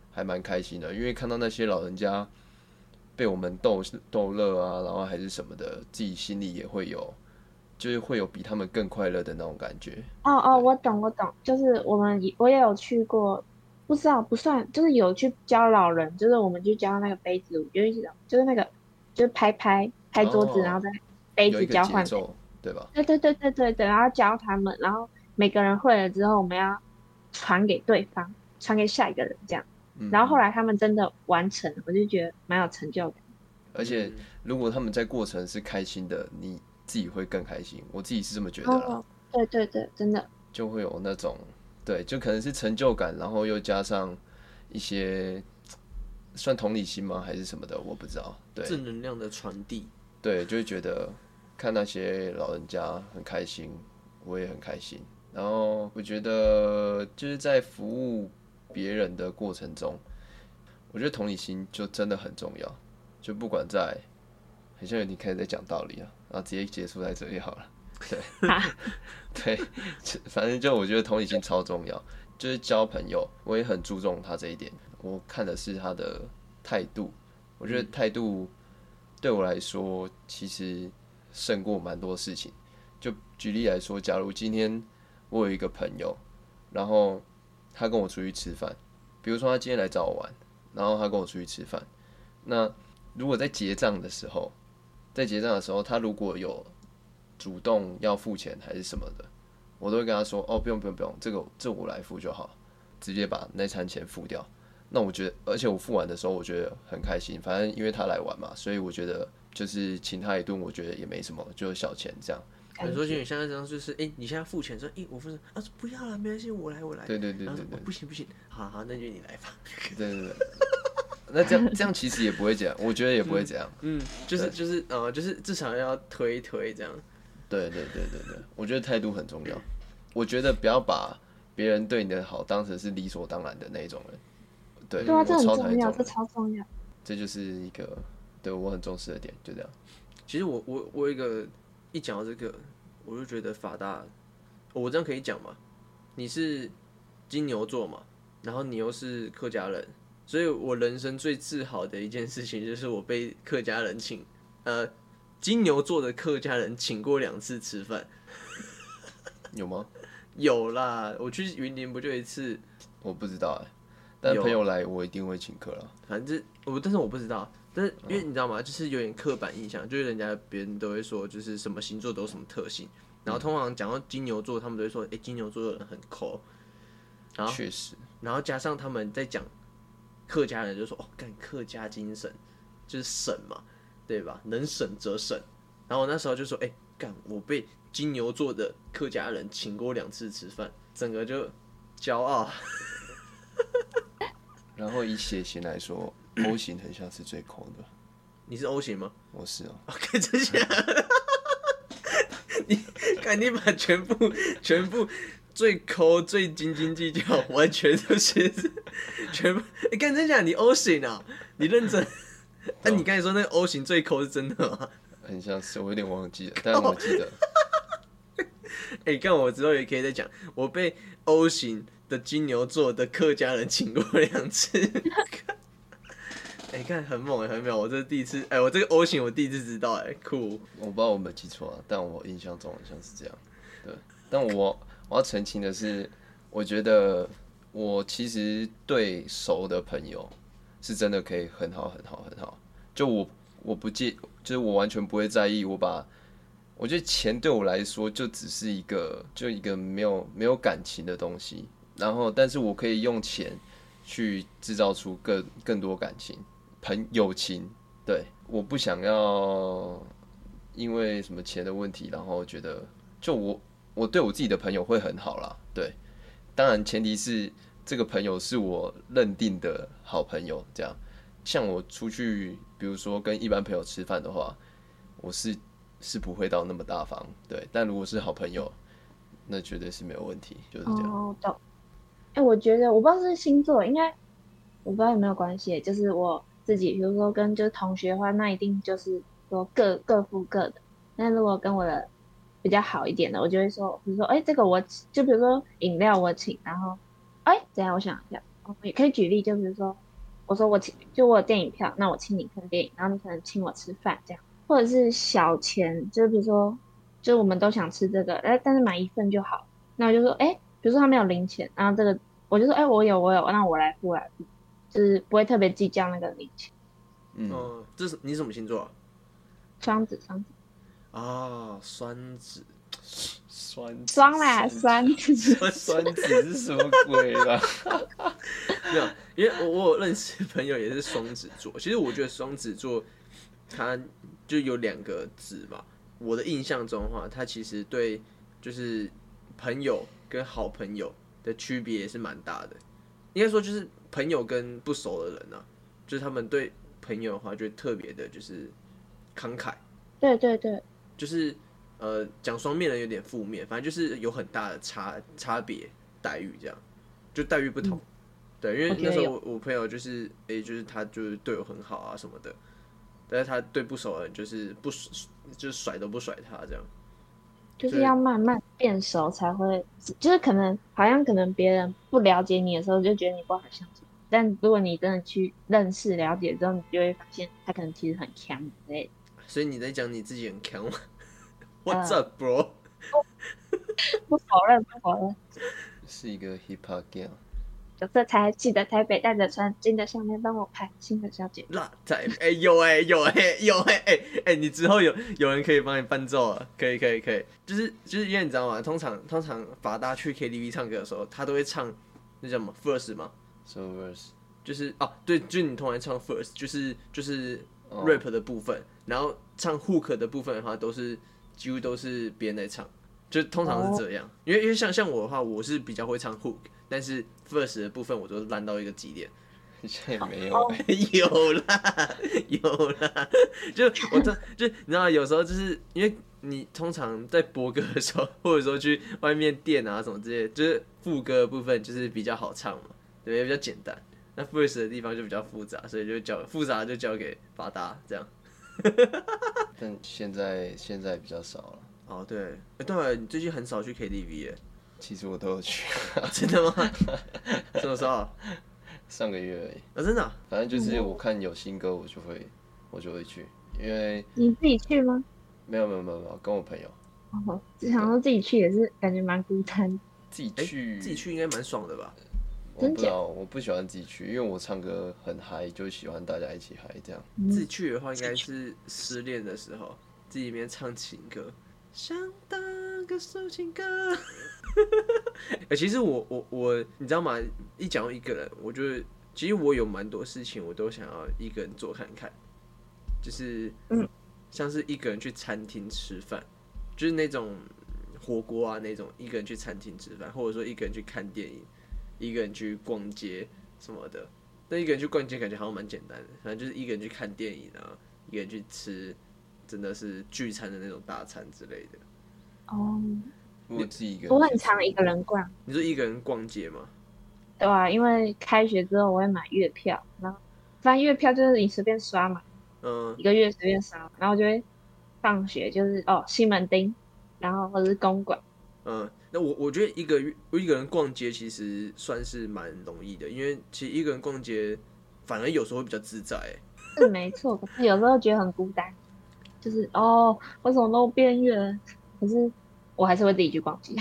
还蛮开心的，因为看到那些老人家被我们逗逗乐啊，然后还是什么的，自己心里也会有，就是会有比他们更快乐的那种感觉。
哦哦，我懂我懂，就是我们也我也有去过，不知道不算，就是有去教老人，就是我们去教那个杯子舞，就是一种就是那个就是拍拍拍桌子，
哦
然后再杯
有一
子
个
交
节
换。
奏，对吧？
对对对对对对，然后教他们，然后每个人会了之后，我们要传给对方，传给下一个人这样。
嗯
然后后，来他们真的完成了，我就觉得蛮有成就感。
而且
嗯
如果他们在过程是开心的，你自己会更开心。我自己是这么觉得啦，
哦，对对对，真的，
就会有那种对，就可能是成就感，然后又加上一些算同理心吗，还是什么的，我不知道。对，
正能量的传递。
对，就会觉得看那些老人家很开心，我也很开心。然后我觉得就是在服务别人的过程中，我觉得同理心就真的很重要。就不管在，很像你开始在讲道理啊，然后直接结束在这里好了。 对，对，就反正就我觉得同理心超重要，就是交朋友，我也很注重他这一点。我看的是他的态度，我觉得态度对我来说其实胜过蛮多事情。就举例来说，假如今天我有一个朋友，然后他跟我出去吃饭，比如说他今天来找我玩，然后他跟我出去吃饭，那如果在结账的时候，在结账的时候，他如果有主动要付钱还是什么的，我都会跟他说：“哦，不用不用不用，这个这我来付就好，直接把那餐钱付掉。”那我觉得，而且我付完的时候，我觉得很开心。反正因为他来玩嘛，所以我觉得就是请他一顿，我觉得也没什么，就是小钱这样。
有时候就很像那张，就是哎、你现在付钱说，哎、我付钱啊，不要了，没关系，我来，我来。
对对对
然
对
后说、
对
哦、不行不行，好好，那就你来吧。
对对对。 那这样这样其实也不会怎样，我觉得也不会怎样。
嗯，就是
对
就是呃，就是至少要推一推这样。
对对对对对，我觉得态度很重要。我觉得不要把别人对你的好当成是理所当然的那一种人。对，
对啊，
我
这很
超讨
重
厌
要，
这种
这
人
超重要。
这就是一个对我很重视的点，就这样。
其实我我我有一个一讲到这个，我就觉得法大，哦我这样可以讲吗？你是金牛座嘛，然后你又是客家人，所以我人生最自豪的一件事情就是我被客家人请，呃，金牛座的客家人请过两次吃饭，
有吗？
有啦，我去云林不就一次，
我不知道哎、但
有
朋友来我一定会请客了。
反正我但是我不知道，但是因为你知道吗？就是有点刻板印象，就是人家别人都会说，就是什么星座都有什么特性，然后通常讲到金牛座，他们都会说，哎、金牛座的人很抠，然后
确实，
然后加上他们在讲客家人，就说哦，干客家精神就是省嘛，对吧？能省则省。然后我那时候就说，哎、干我被金牛座的客家人请过两次吃饭，整个就骄傲。
然后以血型来说，O 型很像是最抠的，
你是 O 型吗？
我是哦、
我看这些， 你看你把全部全部最抠最斤斤计较，完全都是全 部。哎、干真假？你 O 型啊？你认 真？哎、你刚才说那个 O 型最抠是真的吗？
很像是，我有点忘记了，但我记得，
哎、干我之后也可以再讲，我被 O 型的金牛座的客家人请过两次。 哎、看很猛哎、很猛！我这是第一次，哎、我这个 O 型我第一次知道哎、酷。
我不知道我有没有记错啊，但我印象中好像是这样。对，但我我要澄清的是，我觉得我其实对熟的朋友是真的可以很好很好很好，就我我不介，就是我完全不会在意，我把我觉得钱对我来说就只是一个就一个没有没有感情的东西，然后但是我可以用钱去制造出更更多感情，朋友情，对，我不想要因为什么钱的问题，然后觉得就我我对我自己的朋友会很好啦，对，当然前提是这个朋友是我认定的好朋友，这样。像我出去，比如说跟一般朋友吃饭的话，我是是不会到那么大方，对。但如果是好朋友，那绝对是没有问题，就是这样。
哦，懂。哎、我觉得我不知道是不是星座，应该我不知道有没有关系。就是我自己，比如说跟就是同学的话，那一定就是说各各付各的。那如果跟我的比较好一点的，我就会说，比如说，哎、这个我请就比如说饮料我请，然后，哎、怎样？我想一下，我们也可以举例，就比如说，我说我请，就我有电影票，那我请你看电影，然后你可能请我吃饭这样，或者是小钱，就比如说，就我们都想吃这个，哎、但是买一份就好。那我就说，哎、比如说他没有零钱，然后这个我就说，哎、我有我有，那我来付我来付，就是不会特别计较那个零钱。
嗯，
哦、这是你什么星座啊？
双子双子
啊，酸子，
酸
双啦
酸
双 子，
酸子是什么鬼啦？
没有，因为我我有认识朋友也是双子座，其实我觉得双子座，它就有两个字嘛。我的印象中的话，它其实对就是朋友跟好朋友的区别也是蛮大的。应该说就是朋友跟不熟的人啊，就是他们对朋友的话就会特别的就是慷慨，
对对对，
就是呃讲双面人有点负面，反正就是有很大的差差别待遇，这样就待遇不同。对，因
我
为
觉
那
得
时候
有
我我朋友就是诶、就是他 就是对我很好啊什么的，但是他对不熟的人就是不就是甩都不甩他这样。
就是
对
要慢慢变熟才会，就是可能好像可能别人不了解你的时候，就觉得你不好相处。但如果你真的去认识、了解之后，你就会发现他可能其实很强之类的。欸
所以你在讲你自己很强吗 ？What's up, bro？
不否认，不否认，
是一个 hip hop girl。
有色才记得台北带着穿金的项链帮我拍新的小姐。
辣仔，哎、有哎、有哎、有哎哎哎，你之后有有人可以帮你伴奏了，可以可以可以，就是就是因为你知道吗？通常通常法大去 KTV 唱歌的时候，他都会唱那叫什么 verse 吗？
So verse，
就是哦、对，就是你通常唱 first，就是就是
哦
rap 的部分，然后唱 hook 的部分的话，都是几乎都是别人在唱，就通常是这样。因为因为像像我的话，我是比较会唱 hook，但是 first 的部分我都烂到一个极点。
现在没有、
哦
欸，
有啦， 有啦，就我通就你知道，有时候就是因为你通常在播歌的时候，或者说去外面店啊什么之类的，就是副歌的部分就是比较好唱嘛，对，也比较简单。那 first 的地方就比较复杂，所以就交复杂就交给法达这样。
但现在现在比较少了。
哦，对，诶对了，你最近很少去 KTV 耶、
其实我都有去， 啊
真 的吗？什么时候啊？
上个月而已。
啊真的啊、
反正就是我看有新歌，我就会我就会去，因为
你自己去吗？
没有没有没有没有跟我朋友
哦，只想说自己去也是感觉蛮孤单。
自己
诶
去，
自己，去应该蛮爽的吧？
我
真
不知
假
道，我不喜欢自己去，因为我唱歌很嗨，就喜欢大家一起嗨这样。
嗯
自己去的话，应该是失恋的时候，自己里面唱情歌，想当个抒情歌。 哎、其实我我我，你知道吗？一讲到一个人，我觉得其实我有蛮多事情，我都想要一个人做看看，就是
嗯
像是一个人去餐厅吃饭，就是那种火锅啊那种，一个人去餐厅吃饭，或者说一个人去看电影，一个人去逛街什么的。但一个人去逛街感觉好像蛮简单的，反正就是一个人去看电影啊，一个人去吃，真的是聚餐的那种大餐之类的。
哦，
如果自己一个人去，
我很常一个人逛，
你说一个人逛街吗？
对吧、因为开学之后我会买月票，然后反正月票就是你随便刷嘛，
嗯，
一个月随便刷，然后就会放学就是哦西门町，然后或者是公馆，
嗯，那我我觉得一个月一个人逛街其实算是蛮容易的，因为其实一个人逛街反而有时候会比较自在、欸
是没错。可是有时候觉得很孤单，就是哦我怎么都边缘，可是我还是会自己去逛街。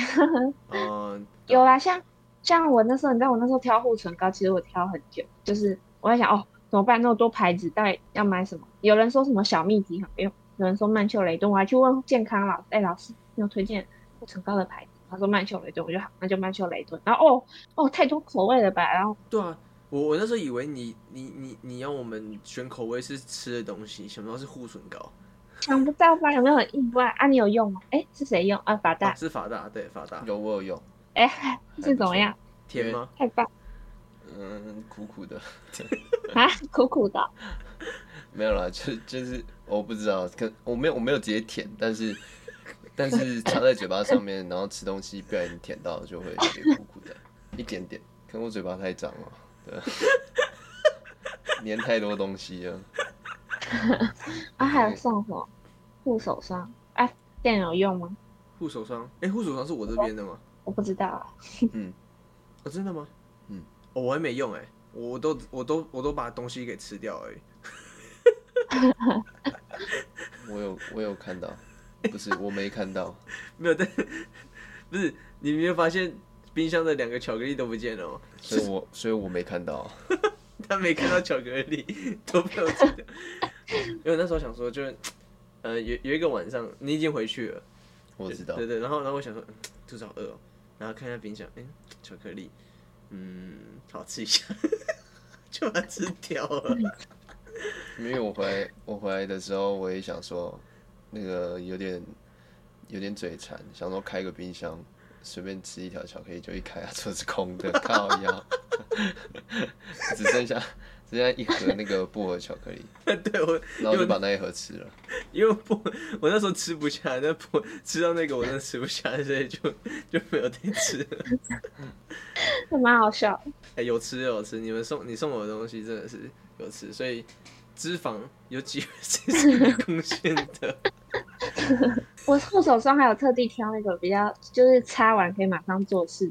嗯，
有啦，像像我那时候，你知道我那时候挑护唇膏，其实我挑很久，就是我在想哦，怎么办？那么多牌子，到底要买什么？有人说什么小蜜橘很用，有人说曼秀雷敦，我还去问健康老师，哎、老师，你有推荐护唇膏的牌子？他说曼秀雷敦，我就好，那就曼秀雷敦。然后哦哦，太多口味了吧？然后
对啊，我我那时候以为你你你你要我们选口味是吃的东西，想不到是护唇膏，
想不到吧？有没有很意外啊？你有用吗？哎、是谁用？啊，法
啊、
大，
是法大，对法大，
有我有用，
哎、
不
是怎么
错
样？
甜吗？
太棒
嗯，苦苦的，
啊，苦苦的哦，
没有啦，就就是我不知道，可我没有我没有直接舔，但是 但是插在嘴巴上面，然后吃东西不小心舔到就会有点苦苦的，一点点，可能我嘴巴太脏了，对，啊粘太多东西了，
啊，还有送什么护手霜？啊，这样有用吗？
护手霜，哎、护手霜是我这边的吗？
我不知道啊。
嗯，
哦，真的吗？
嗯
哦，我还没用哎、我都我都我都把东西给吃掉而已。
我有我有看到，不是我没看到，
没有，但不是你没有发现冰箱的两个巧克力都不见了吗？哦
所以我所以我没看到，
他没看到巧克力，都被我吃掉。 因为我那时候想说，就是呃有有一个晚上你已经回去了，
我知道
对，对，然后然后我想说，嗯肚子好饿、哦，然后看一下冰箱，嗯，巧克力，嗯，好吃一下， 就把它吃掉了。
因为我回来我回来的时候，我也想说，那个有点有点嘴馋，想说开个冰箱，随便吃一条巧克力，就一开啊，就是空的，靠腰， 只剩下只剩下一盒那个薄荷巧克力，
对我，
然后就把那一盒吃了。
因为不，我那时候吃不下，那不吃到那个我真的吃不下，所以就就没有再吃了。
这蛮好笑的。
哎、有吃有吃，你们送你送我的东西真的是有吃，所以脂肪有几个是你贡献的。
我护手霜还有特地挑那个比较，就是擦完可以马上做事。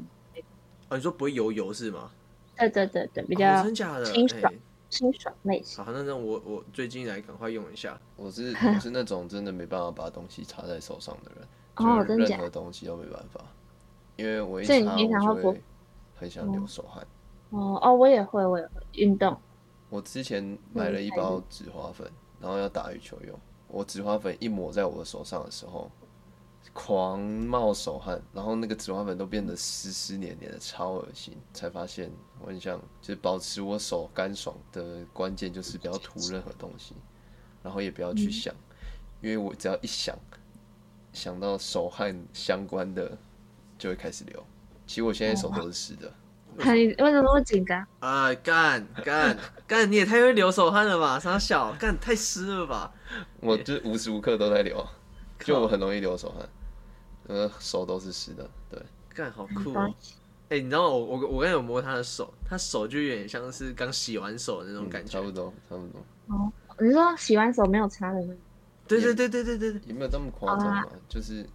哦，你说不会油油是吗？
对对对对，比
哦、
较
真假的？
清
哎、
爽清爽类型。
好，那那我我最近来赶快用一下。
我是我是那种真的没办法把东西插在手上的人，
哦
就是
真假
任何东西都没办法，因为我一
所以你
插我
平常会
就
不
会很想流手汗。
哦哦，我也会，我也会运动。
我之前买了一包紫花粉，然后要打羽球用。我紫花粉一抹在我手上的时候，狂冒手汗，然后那个紫花粉都变得湿湿黏黏的，超恶心。才发现我很想就是保持我手干爽的关键就是不要涂任何东西，然后也不要去想，因为我只要一想，想到手汗相关的就会开始流。其实我现在手都是湿的，
看你为什么那么紧张？
啊，干干干，你也太会流手汗了吧？傻小，干太湿了吧？
我就是无时无刻都在流，就
靠
我很容易流手汗，呃，手都是湿的，对。
干好酷
抱
哦！
歉
哎、你知道我我我刚才有摸他的手，他手就有点像是刚洗完手的那种
嗯
感觉。
差不多，差不多，
你是说洗完手没有擦的吗？
对对对对对对对，
也没有这么夸张嘛，就是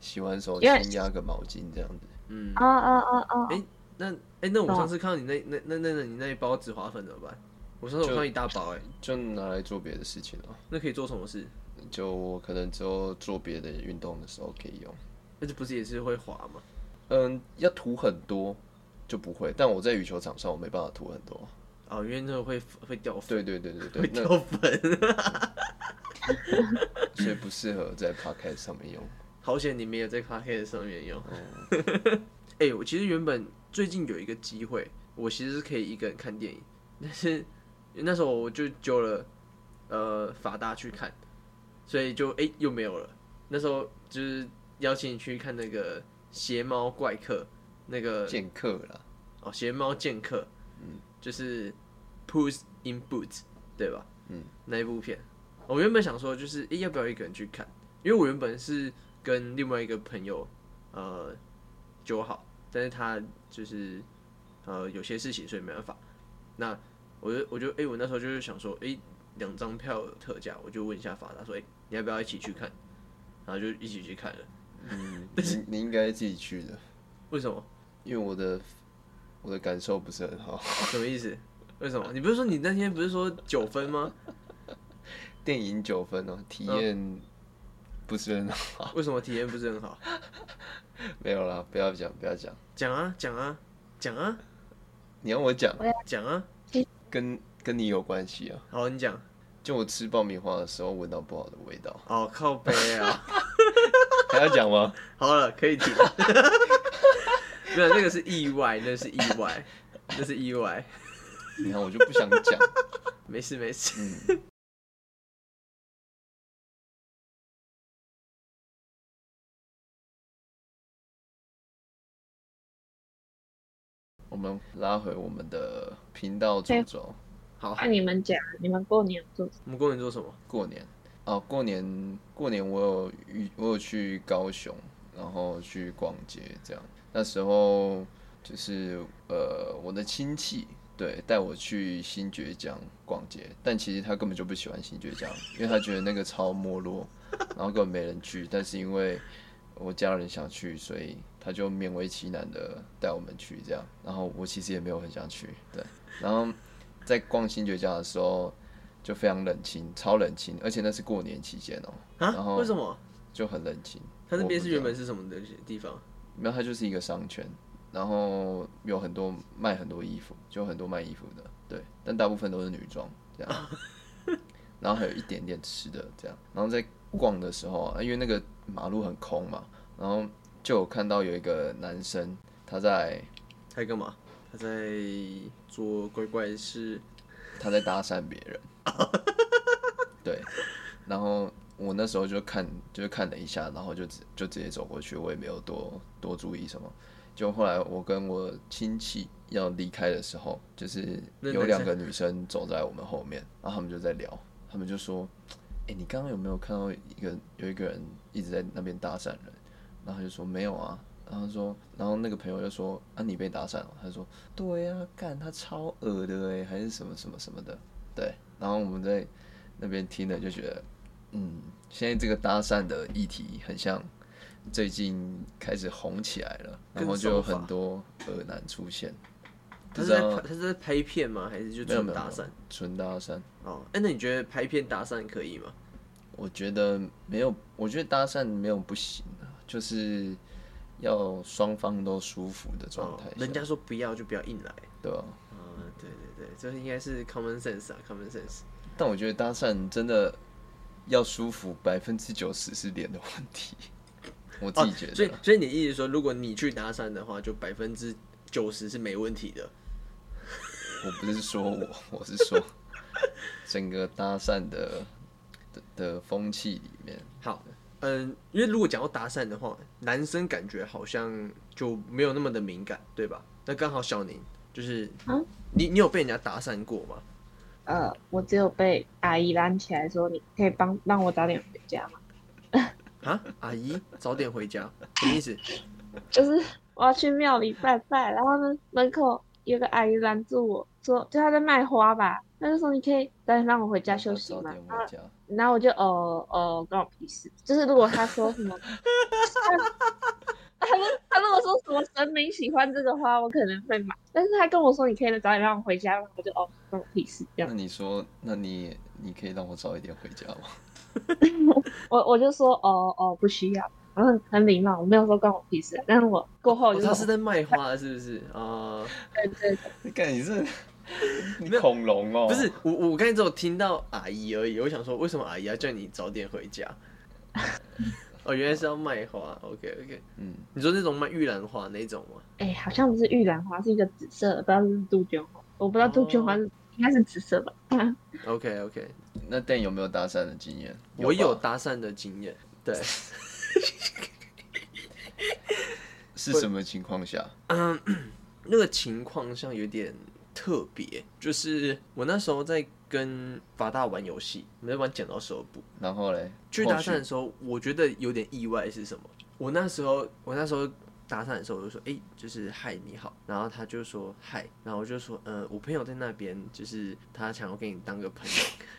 洗完手
因为
先压个毛巾这样子。
嗯。
哦哦哦哦，
哎那哎、那我
懂
上次看到你那那那那那你那一包紫花粉怎么办？我上次我
就
看到一大包哎、
就拿来做别的事情了。
那可以做什么事？
就我可能之后做别的运动的时候可以用。
那就不是也是会滑吗？
嗯，要涂很多就不会，但我在羽球场上我没办法涂很多。
哦，因为那个会会掉粉，
对对对 对
会
对，
掉
那
粉。
所以不适合在 podcast 上面用。
好险你没有在 p a c k e t 上面用。
嗯，
哎、我其实原本最近有一个机会，我其实是可以一个人看电影，但是 那时候我就揪了呃法大去看，所以就哎、欸又没有了。那时候就是邀请你去看那个《邪猫怪客》，那个
剑客啦，
哦《邪猫剑客》，
嗯，
就是 Puss in Boots，对吧？
嗯，
那一部片，我原本想说就是、欸、要不要一个人去看，因为我原本是跟另外一个朋友呃九好，但是他就是呃有些事情所以没办法。那我就我就哎、欸我那时候就是想说，哎、两张票有特价，我就问一下法达说，哎、你要不要一起去看？然后就一起去看了。
嗯，你你应该自己去的，
为什么？
因为我的我的感受不是很好。
什么意思？为什么？你不是说你那天不是说九分吗？
电影九分哦，体验不是很好。
为什么体验不是很好？
没有啦，不要讲，不要讲。
讲啊讲啊讲啊
你要我讲，
讲啊！
跟跟你有关系啊。
好，你讲。
就我吃爆米花的时候闻到不好的味道，
哦，靠背 啊！
还要讲吗？
好了，可以停。 没有，那个是意外，那是意外，那是意外。
你看我就不想讲。
没事没事。
嗯，我们拉回我们的频道主轴，
好，
那你们讲，你们过年有做什
我们过年做什么？
过年哦，过年过年我有遇我有去高雄，然后去逛街这样。那时候就是呃我的亲戚对带我去新爵江逛街，但其实他根本就不喜欢新爵江，因为他觉得那个超没落，然后根本没人去。但是因为我家人想去，所以他就勉为其难的带我们去这样。然后我其实也没有很想去，对。然后在逛新爵江的时候。就非常冷清，超冷清，而且那是过年期间哦、然
啊？
后
为什么？
就很冷清。
他那边是
我
原
不知道
本是什么的地方？
没有，它就是一个商圈，然后有很多卖很多衣服，就很多卖衣服的，对，但大部分都是女装 这样，然后还有一点点吃的这样，然后在逛的时候啊，因为那个马路很空嘛，然后就有看到有一个男生他在
他在干嘛？他在做乖乖事。
他在搭讪别 人，对，然后我那时候就看就是看了一下，然后就直就直接走过去，我也没有多多注意什么。就后来我跟我亲戚要离开的时候，就是
那
有
男
两
生
个女生走在我们后面，然后他们就在聊，他们就说：“哎、你刚刚有没有看到一个有一个人一直在那边搭讪人？”然后他就说没有啊，然后说，然后那个朋友就说啊你被搭讪了，他说对啊，干他超恶的哎，还是什么什么什么的，对，然后我们在那边听了就觉得，嗯，现在这个搭讪的议题很像最近开始红起来了，然后就有很多恶男出现，
他
不
是
知
在
道
拍他是在拍片吗？还是就
没有
纯
没有
搭
没
讪
有？纯搭讪。
哦，哎、那你觉得拍片搭讪可以吗？
我觉得没有，我觉得搭讪没有不行啊，就是要双方都舒服的状
哦
态，下，
人家说不要就不要硬来。
对吧、
啊、对对对，这应该是 common sense 啊，common sense。
但我觉得搭讪真的要舒服，百分之九十是脸的问题。我自己觉
哦所以
得。，
所以你的意思是说，如果你去搭讪的话，就百分之九十是没问题的。
我不是说我，我是说整个搭讪的的的风气里面，
好，嗯，因为如果讲到搭讪的话，男生感觉好像就没有那么的敏感，对吧？那刚好小宁就是，
嗯
你你有被人家搭讪过吗？
呃，我只有被阿姨拉起来说，你可以帮让我早点回家吗？
啊，阿姨，早点回家，什么意思？
就是 我要去庙里拜拜，然后呢，门口有个阿姨拦住我说，就她在卖花吧，她就说你可以早点让我回家休息
早
吗
点？回
然后
家。
然后我就哦哦，关我屁事。就是如果他说什么， 他他如他如果说什么神明喜欢这个花，我可能会买。但是他跟我说你可以早点让我回家，我就哦关我屁事这
嗯
那
样。
你说，那你你可以让我早一点回家 吗？
我我就说哦哦不需要，然后很礼貌，我没有说关我屁事。但是我过后
哦
就
他是
说
在卖花，是不是？啊、
对对对
你看你是你恐龙哦，
不是，我我刚才只有听到阿姨而已，我想说为什么阿姨要叫你早点回 家？哦，原来是要卖花，OK OK。
嗯，
你说那种卖玉兰花那种吗？
哎、好像不是玉兰花，是一个紫色的，不知道是不是杜鹃花，我不知道杜鹃花是、应该是紫色吧。
OK OK，
那 Dan 有没有搭讪的经验？
我有
吧
搭讪的经验，对，
是什么情况下？
嗯，那个情况上有点特别，就是我那时候在跟法大玩游戏，我们在玩剪刀手部，
然后嘞，
哦去搭
后续
讪的时候，我觉得有点意外是什么？我那时候，我那时候搭讪的时候，我就说，哎、就是嗨，你好。然后他就说嗨，然后我就说，呃，我朋友在那边，就是他想要跟你当个朋友。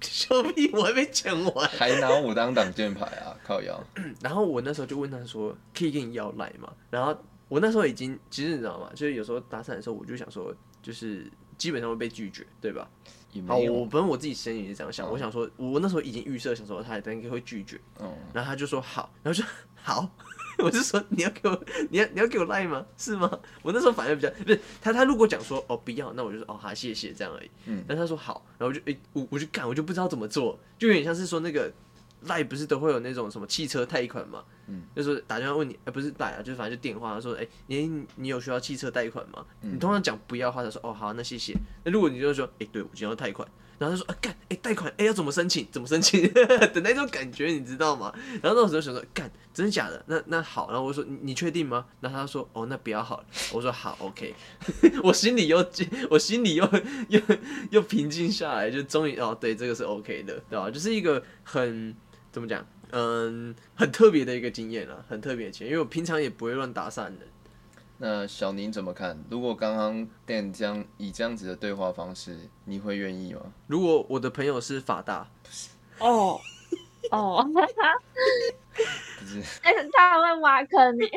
小屁，我还没讲完。
还拿武当挡箭牌啊，靠腰。
然后我那时候就问他说，可以跟你要来吗？然后我那时候已经，其实你知道吗？就是有时候搭讪的时候，我就想说，就是基本上会被拒绝，对吧？
也
好，
没
我
有，
本身我自己心里是这样想，
嗯
我想说，我那时候已经预设，想说他应该会拒绝。
嗯，
然后他就说好，然后就好， 我就说你要给我，你要你要给我赖吗？是吗？我那时候反而比较不是他，他如果讲说哦不要，那我就说哦好谢谢这样而已。
嗯
但他说好，然后我就诶、我我就干，我就不知道怎么做，就有点像是说那个赖不是都会有那种什么汽车贷款嘛，
嗯，
就是打电话问你，呃、不是赖啊，就是反正就电话说哎、诶你你有需要汽车贷款吗？
嗯
你通常讲不要的话，他说哦好，那谢谢。那如果你就说哎、诶对我今天要贷款。然后他说啊干哎贷款哎要怎么申请怎么申请 的那种感觉你知道吗？然后那时候想说干真的假的那那好，然后我说你你确定吗？然后他说哦那不要好了，我说好 OK，我 心里又我心里又又又平静下来，就终于哦对这个是 OK 的，对吧？就是一个很怎么讲嗯很特别的一个经验啊，很特别的经验，因为我平常也不会乱搭讪的。
那小宁怎么看？如果刚刚 Dan 这样以这样子的对话方式，你会愿意吗？
如果我的朋友是法大，
哦哦，
不是，
但是他会挖坑你。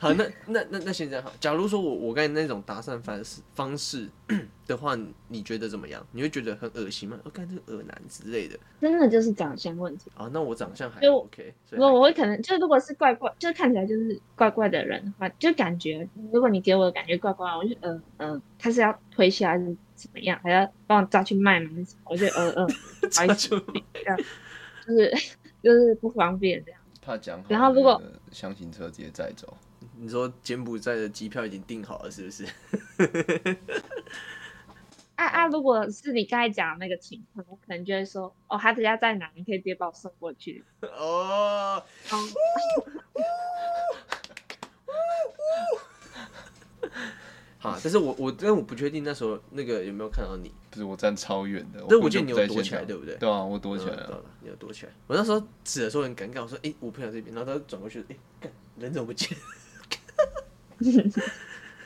好，那那那那现在好，假如说我我刚才那种搭讪方式方式 的话，你觉得怎么样？你会觉得很恶心吗？我、哦、看这个恶男之类的
真的就是长相问题。
啊，那我长相还
就
OK，所以
我
还
我会可能就如果是怪怪，就是看起来就是怪怪的人的话，就感觉如果你给我的感觉怪怪，我就呃呃，他是要推销还是怎么样，还要帮我抓去卖吗？还是什么我就呃呃， 不好意思
抓去
这样就是就是不方便这样。
怕讲好。
然后如果
箱型车直接载走，
你说柬埔寨的机票已经订好了，是不是？
啊啊！如果是你刚才讲的那个情况，我可能就会说，哦，他家在哪？你可以直接把我送过去。
哦，
哦，
好，啊但是我我但我不确定那时候那个有没有看到你，
不是我站超远的，
但
根
我
本
记
就
得你
不在
有躲
现
起来，
场
对不对？
对啊，我躲起来
嗯懂
了。
了，你有躲起来。我那时候指的时候很尴尬，我说：“哎、我朋友这边。”然后他转过去，哎、干人怎么不见？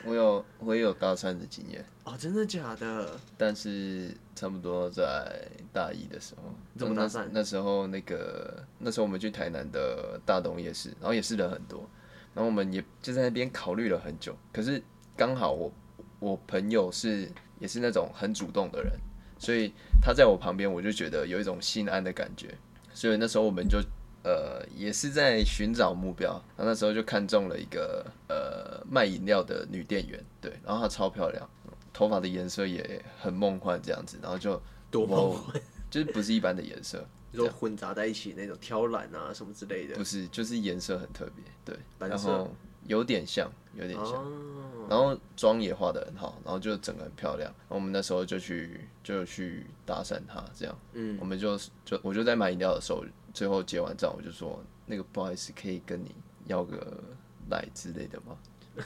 我有我也有搭讪的经验，
哦，真的假的？
但是差不多在大一的时候，
你怎么搭讪
那那时候那个那时候我们去台南的大东夜市，然后也是人很多，然后我们也就在那边考虑了很久。可是刚好我我朋友是也是那种很主动的人，所以他在我旁边，我就觉得有一种心安的感觉。所以那时候我们就呃也是在寻找目标，然后那时候就看中了一个呃卖饮料的女店员，对，然后她超漂亮，头发的颜色也很梦幻这样子，然后就
多梦
幻，就是不是一般的颜色，
哦你说混杂在一起那种挑染啊什么之类的
不，是，就是颜色很特别，对，
蓝
然
色
后有点像，有点像，
哦，
然后妆也画的很好，然后就整个很漂亮。然后我们那时候就去就去搭讪她，这样，
嗯
我们就就我就在买饮料的时候，最后结完账我就说，那个不好意思，可以跟你要个奶之类的吗？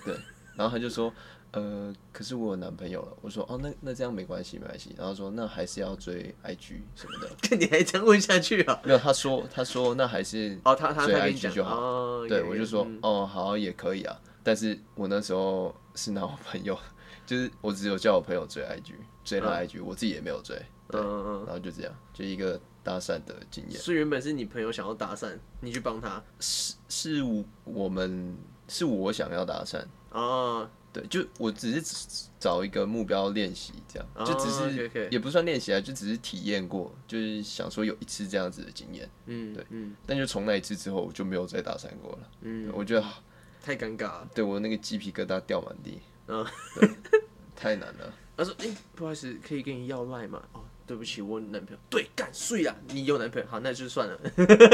对，然后他就说，呃，可是我有男朋友了。我说，哦，那那这样没关系，没关系。然后说，那还是要追 IG 什么的。
看你还这样问下去啊？
没有，他说他说那还是
哦，他他
追
他跟你
IG
讲
就好。
哦，
对，
有
我就说，
嗯
哦，好，也可以啊。但是我那时候是拿我朋友， 就是我只有叫我朋友追 IG，追
嗯
他 IG，、我自己也没有追，对，
嗯嗯
然后就这样，就一个搭讪的经
嗯，
验。
所以原本是你朋友想要搭讪，你去帮他
是是我我们是我想要搭讪，
哦，
对，就我只是只找一个目标练习，这样，就只
哦
是、
，OK，OK
也不算练习啊，就只是体验过，就是想说有一次这样子的经验，
嗯，
对
嗯
但就从那一次之后，我就没有再搭讪过了。对
嗯，
我觉得
太尴尬了。
对我那个鸡皮疙瘩掉满地，
嗯
对，太难了。
他说，哎、不好意思，可以跟你要赖吗？哦，对不起，我有男朋友。对，干睡啦，你有男朋友，好，那就算了。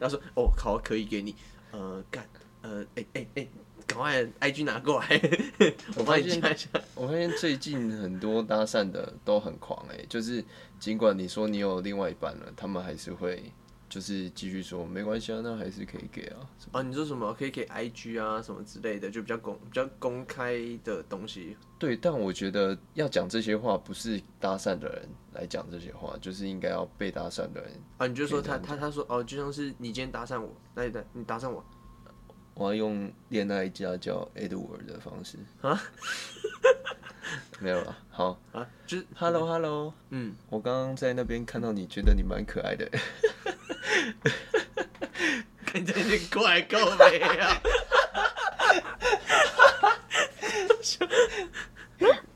他说，哦，好，可以给你。呃，干，呃，哎哎哎，赶、快 IG 拿过来， 我帮你加一下。
我发现最近很多搭讪的都很狂哎、就是尽管你说你有另外一半了，他们还是会就是继续说没关系啊，那还是可以给啊。
啊，你说什么可以给 IG 啊什么之类的，就比较公比较公开的东西。
对，但我觉得要讲这些话，不是搭讪的人来讲这些话，就是应该要被搭讪的人。
啊，你就说
可以
他他他说哦，就像是你今天搭讪我，来来，你搭讪我，
我要用恋爱家教 Edward 的方式啊， 没有了。好
啊，就是
，Hello Hello，
嗯，
我刚刚在那边看到你，觉得你蛮可爱的。
看这些怪够没啊？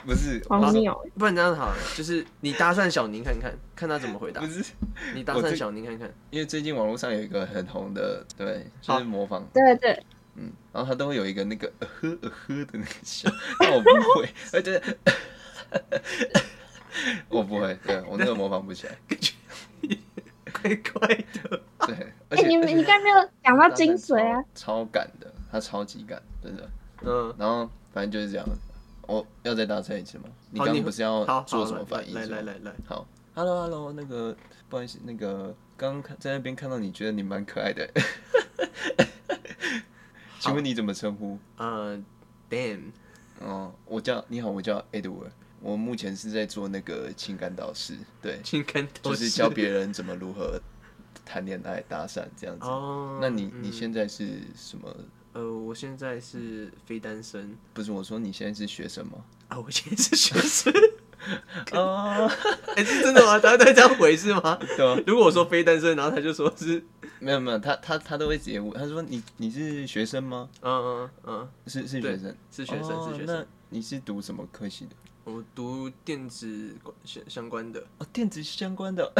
不是，
荒谬欸，
不然这样好了，就是你搭讪小宁看看，看他怎么回答
不。是，
你搭
我
讪
这
小宁看看，
因为最近网络上有一个很红的，对，就是模仿，
对对，
嗯，然后他都会有一个那个呃呵呃呵的那个笑，但我不会， 而且我不会，对我那个模仿不起来，
怪怪的。
对，而
哎，
且
你
而
们
且
你刚没有讲到
他
精髓啊，
超超赶的，他超级赶，真的。
嗯，
然后反正就是这样，我要再搭讪一次吗？你
好
刚
你
刚不是要
好，
做
好
什么
来
反应？
来来
是吗
来来，
好，Hello Hello，那个不好意思，那个刚刚看在那边看到你，觉得你蛮可爱的， 请问你怎么称呼？
呃，Dan，
哦，我叫你好，我叫 Edward，我目前是在做那个情感导师，对，
请看头
就是教别人怎么如何谈恋爱、搭讪这样子。
哦。
那你你
嗯
现在是什么？
呃，我现在是非单身
不是我说你现在是学生吗？
啊，我现在是学 生。
哦，
哎、是真的吗？他他这样回是吗？
对啊，
如果我说非单身，然后他就说是，
没有没有，他他他都会直接问，他说你你是学生吗？
嗯嗯嗯，
是是
对
学生，
是学生、
哦
是学
那
生。
你是读什么科系的？
我读电子管相相关的，
哦，电子相 关的。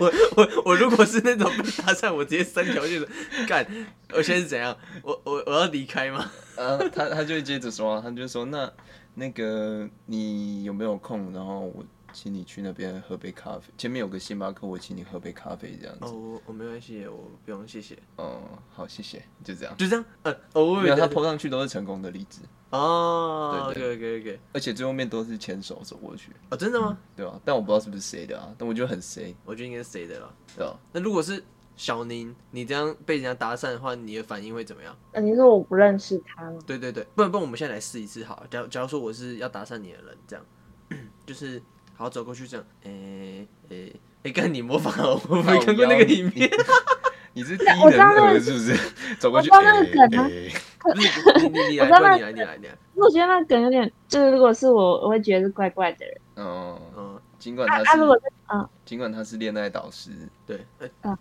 我我我如果是那种被搭讪，我直接三条线说 干，我现在是怎样？我我我要离开吗？
啊，他他就会接着说啊，他就说那那个你有没有空？然后我请你去那边喝杯咖啡，前面有个星巴克，我请你喝杯咖啡这样
哦，
子。
我我没关系，我不用谢谢，
哦、好，谢谢，就这样。
就这样。呃，哦，我以
没
为
有，他抛上去都是成功的例子，
哦
对
，OK OK OK，
而且最后面都是牵手走过去，
哦，真的吗？
对吧、但我不知道是不是谁的啊，但我觉得很谁，
我觉得应该是谁的了。
对啊吧、
那如果是小宁，你这样被人家搭讪的话，你的反应会怎么样？
呃你说我不认识他吗？
对对对，不然不然我们现在来试一次好了。假如假如说我是要搭讪你的人，这样 就是好走过去这样，诶诶诶，干、你模仿啊，我没看过那个影片，
你是低
我知道
能
那
儿
个
是不是？ 走过去，
我知道那个
哎
梗啊
哎
不是你你你来，
我知道
不然你
那
来你来你来，
我觉得那梗有点，就是如果是我，我会觉得是怪怪的人。
哦，
嗯，
尽管
啊
他
啊，如果
是
是嗯，
尽管他是恋爱导师，
对，呃
对
哦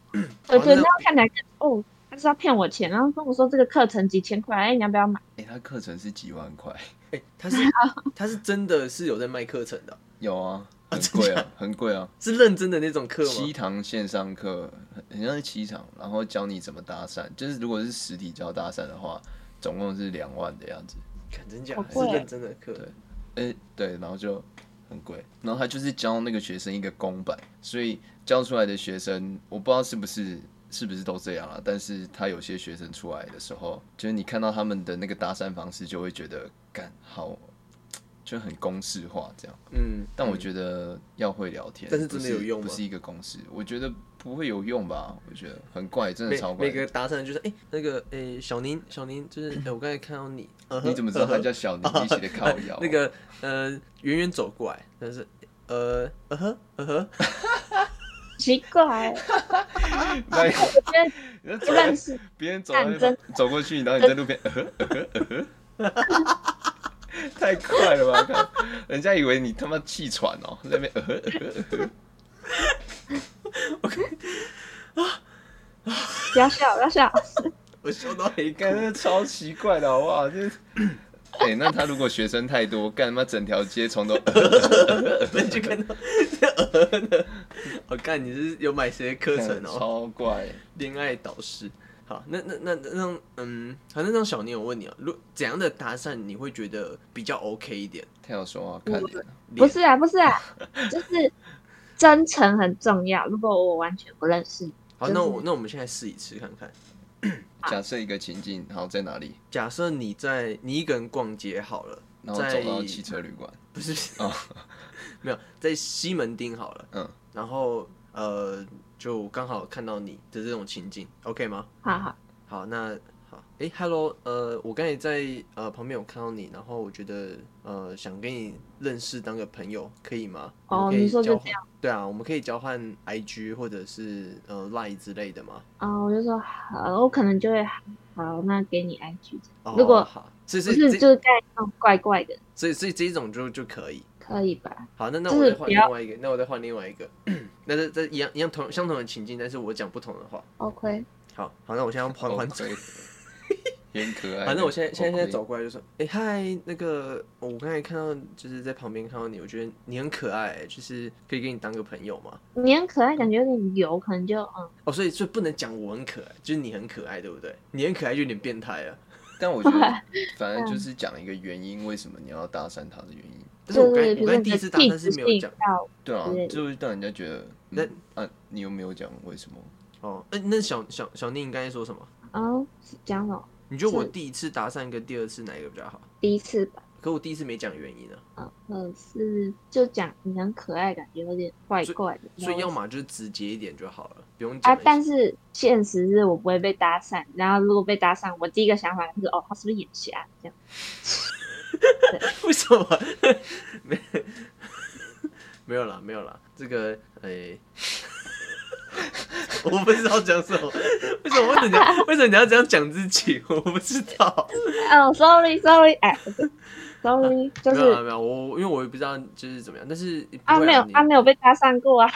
对，
那
那样看起来更哦，他是要骗我钱，然后跟我说这个课程几千块，哎，你要不要买？
哎、他课程是几万块。
诶，他是他是真的是有在卖课程的哦，
有啊，很贵啊，很贵啊，
是认真的那种课
七
吗？
堂线上课，很很像是七堂，然后教你怎么搭讪，就是如果是实体教搭讪的话，总共是两万的样子。
看真假
好
还是
贵
认真的课
对哎、对，然后就很贵。然后他就是教那个学生一个公版，所以教出来的学生，我不知道是不是是不是都这样啊，但是他有些学生出来的时候，就是你看到他们的那个搭讪方式，就会觉得干好，就很公式化这样。
嗯，
但我觉得要会聊天，
但是真的
不
有用吗
不是一个公式，我觉得不会有用吧？我觉得很怪，真的
每
超怪
每。个搭讪就是哎、那个哎、小宁小宁就是哎、我刚才看到你，呃呵
你怎么知道他叫小 尼一起的靠腰？
那个呃远远走过来，但是呃呃呵呃呵，
奇怪，
那 你
我觉得
你就走
不认识
别人走到那
干
边走过去，然后你在路边，呃呵呃呵呃呵太快了吧！看人家以为你他妈气喘哦，在那边呃呵呃呵呃呵
不要笑，不要笑。
我笑到黑
干，
干。
那超奇怪的好不好？就是， 哎、那他如果学生太多，干他妈整条街从头呃呵
那你就看到这呃呵的，我、看你是有买谁的课程哦？
超怪。
恋爱导师。好，那那那那让嗯，好，那让小宁，我问你啊，如怎样的搭讪你会觉得比较 OK 一点？
太有说话看脸了，
不是啊，不是啊，就是真诚很重要。如果我完全不认识你，
好，
就是
那我那我们现在试一次看看。
假设一个情境，然后在哪里，
假设你在你一个人逛街好了，
然后
在
走到汽车旅馆，
不是不是
哦
没有在西门町好了，
嗯，
然后呃，就刚好看到你的这种情景，OK 吗？
好好，
好，那好，诶 h e l l o 呃，我刚才在呃旁边有看到你，然后我觉得呃想跟你认识当个朋友，可以吗？
哦
我们可以
你说就
交换
这
对啊，我们可以交换 IG 或者是呃 Line 之类的吗？
啊、我就说好，我可能就会好，那给你 IG，
哦
如果
好，这
不
是
是
这
就是盖那种怪怪的，
这这这一种就就可以。
可以吧？
好，那那
就是
我再换
不
另
要
外一个，那我再换另外一个， 那这这一样一样同相同的情境，但是我讲不同的话。
OK，
好，好，那我现在缓 缓走。
哦，对也很可爱的。
反正我现在现在现在
哦
走，过来就说，哎、嗨，那个我刚才看到就是在旁边看到你，我觉得你很可爱、就是可以跟你当个朋友嘛。
你很可爱，感觉有点油，可能就嗯，
哦，所以所以不能讲我很可爱，就是你很可爱，对不对？你很可爱就有点变态了。
但我觉得反正就是讲一个原因，为什么你要搭讪他的原因。
但是
就
我刚才
是
我
比如
刚
说
才第
你
一
的
次搭，
气
但
质
是
吸
没有
引
讲
到，
对啊
之类，的
就会让人家觉得，
那
嗯啊，你又没有讲为什么？
哦。那那小小小宁，你刚才说什么？
嗯，是讲什么？
你觉得我
是
第一次搭讪跟第二次哪一个比较好？
第一次吧，
可我第一次没讲原因啊，
嗯，呃是就讲你很可爱，感觉有点怪
所以
怪的，
所以要
么。
么就是直接一点就好了，不用讲
啊，
一些。
但是现实是我不会被搭讪，然后如果被搭讪，我第一个想法就是哦，他是不是眼瞎？这样
为什么？没没有啦，没有啦。这个诶、 我不知道讲什么。为什么？为什么你要？为什么你要这样讲自己？ 我不知道。
哦，sorry，sorry，哎，sorry，就
啊没有啦，
是
没有。我因为我也不知道就是怎么样，但是不
啊，
会
没有
你
啊，没有被搭讪过啊，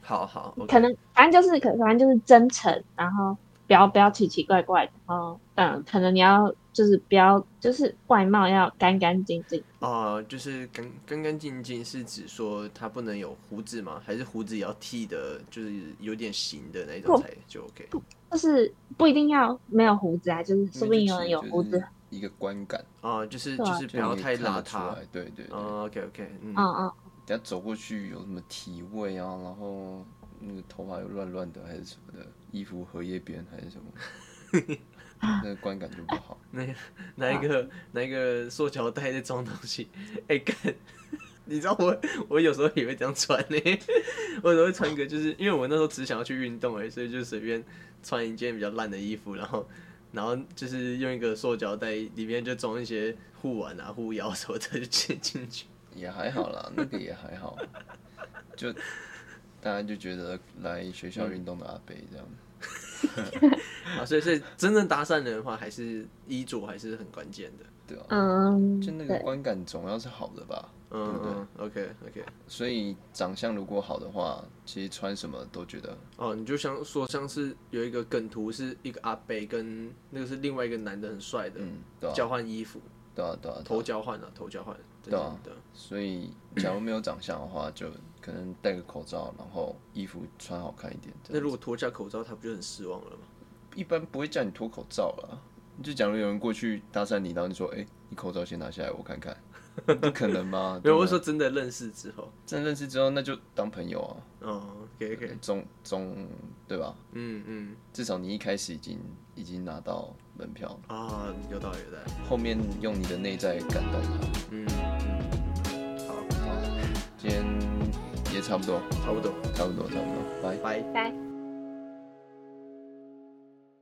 好好，OK，
可能反正就是可反正就是真诚，然后不要不要奇奇怪怪的，然后嗯，可能你要就是不要就是外貌要干干净净，
啊、就是干干干净净，是指说它不能有胡子吗？还是胡子也要剃的，就是有点型的那种
不
才就 OK？
就是不一定要没有胡子啊，就是
因为
说不定
就
有人
其实
有
就
胡
是
子，
一个观感，
啊、就是
对
就
啊
是
就
不要
你
太
看得
邋
出
遢
来。对对对，
啊，OK，OK、o k OK，嗯，
嗯嗯，
等下走过去有什么体味啊，然后那个头发又乱乱的，还是什么的，衣服荷叶边还是什 么，那个观感就不好。
那拿一个拿一个塑胶袋在装东 西，哎、干！你知道我我有时候也会这样穿呢、 我有时候会穿一个，就是因为我那时候只想要去运动而已，所以就随便穿一件比较烂的衣服，然后然后就是用一个塑胶袋里面就装一些护腕啊、护腰什么的就进进去。
也还好啦，那个也还好，就大家就觉得来学校运动的阿伯这样，
啊，所以所以真正搭讪人的话，还是衣着还是很关键的。
对啊，
嗯，
就那个
对，
观感总要是好的吧，对
嗯
不对？
嗯，OK OK。
所以长相如果好的话，其实穿什么都觉得
哦，你就像说像是有一个梗图，是一个阿伯跟那个是另外一个男的很帅的，
嗯，对
交
啊，
换衣服，
对啊，对啊，对
头
啊。
交换啊，头交换，对
对啊
对对
所以假如没有长相的话，就可能戴个口罩，然后衣服穿好看一点。这
那
样
如果脱下口罩，他不就很失望了吗？
一般不会叫你脱口罩啦。就假如有人过去搭讪你，然后你说：“哎、你口罩先拿下来，我看看。”不可 能吧？
没有，我是说
对啊吧
真的认识之后，
真的认识之后，那就当朋友啊，
哦，OK OK，
总总对吧？
嗯嗯，
至少你一开始已经已经拿到门票了，
啊，有道理有道理，
后面用你的内在感动他。
嗯嗯，好，
好，今天也差不多，
差不多，
差不多，差不多，拜。
拜。
拜。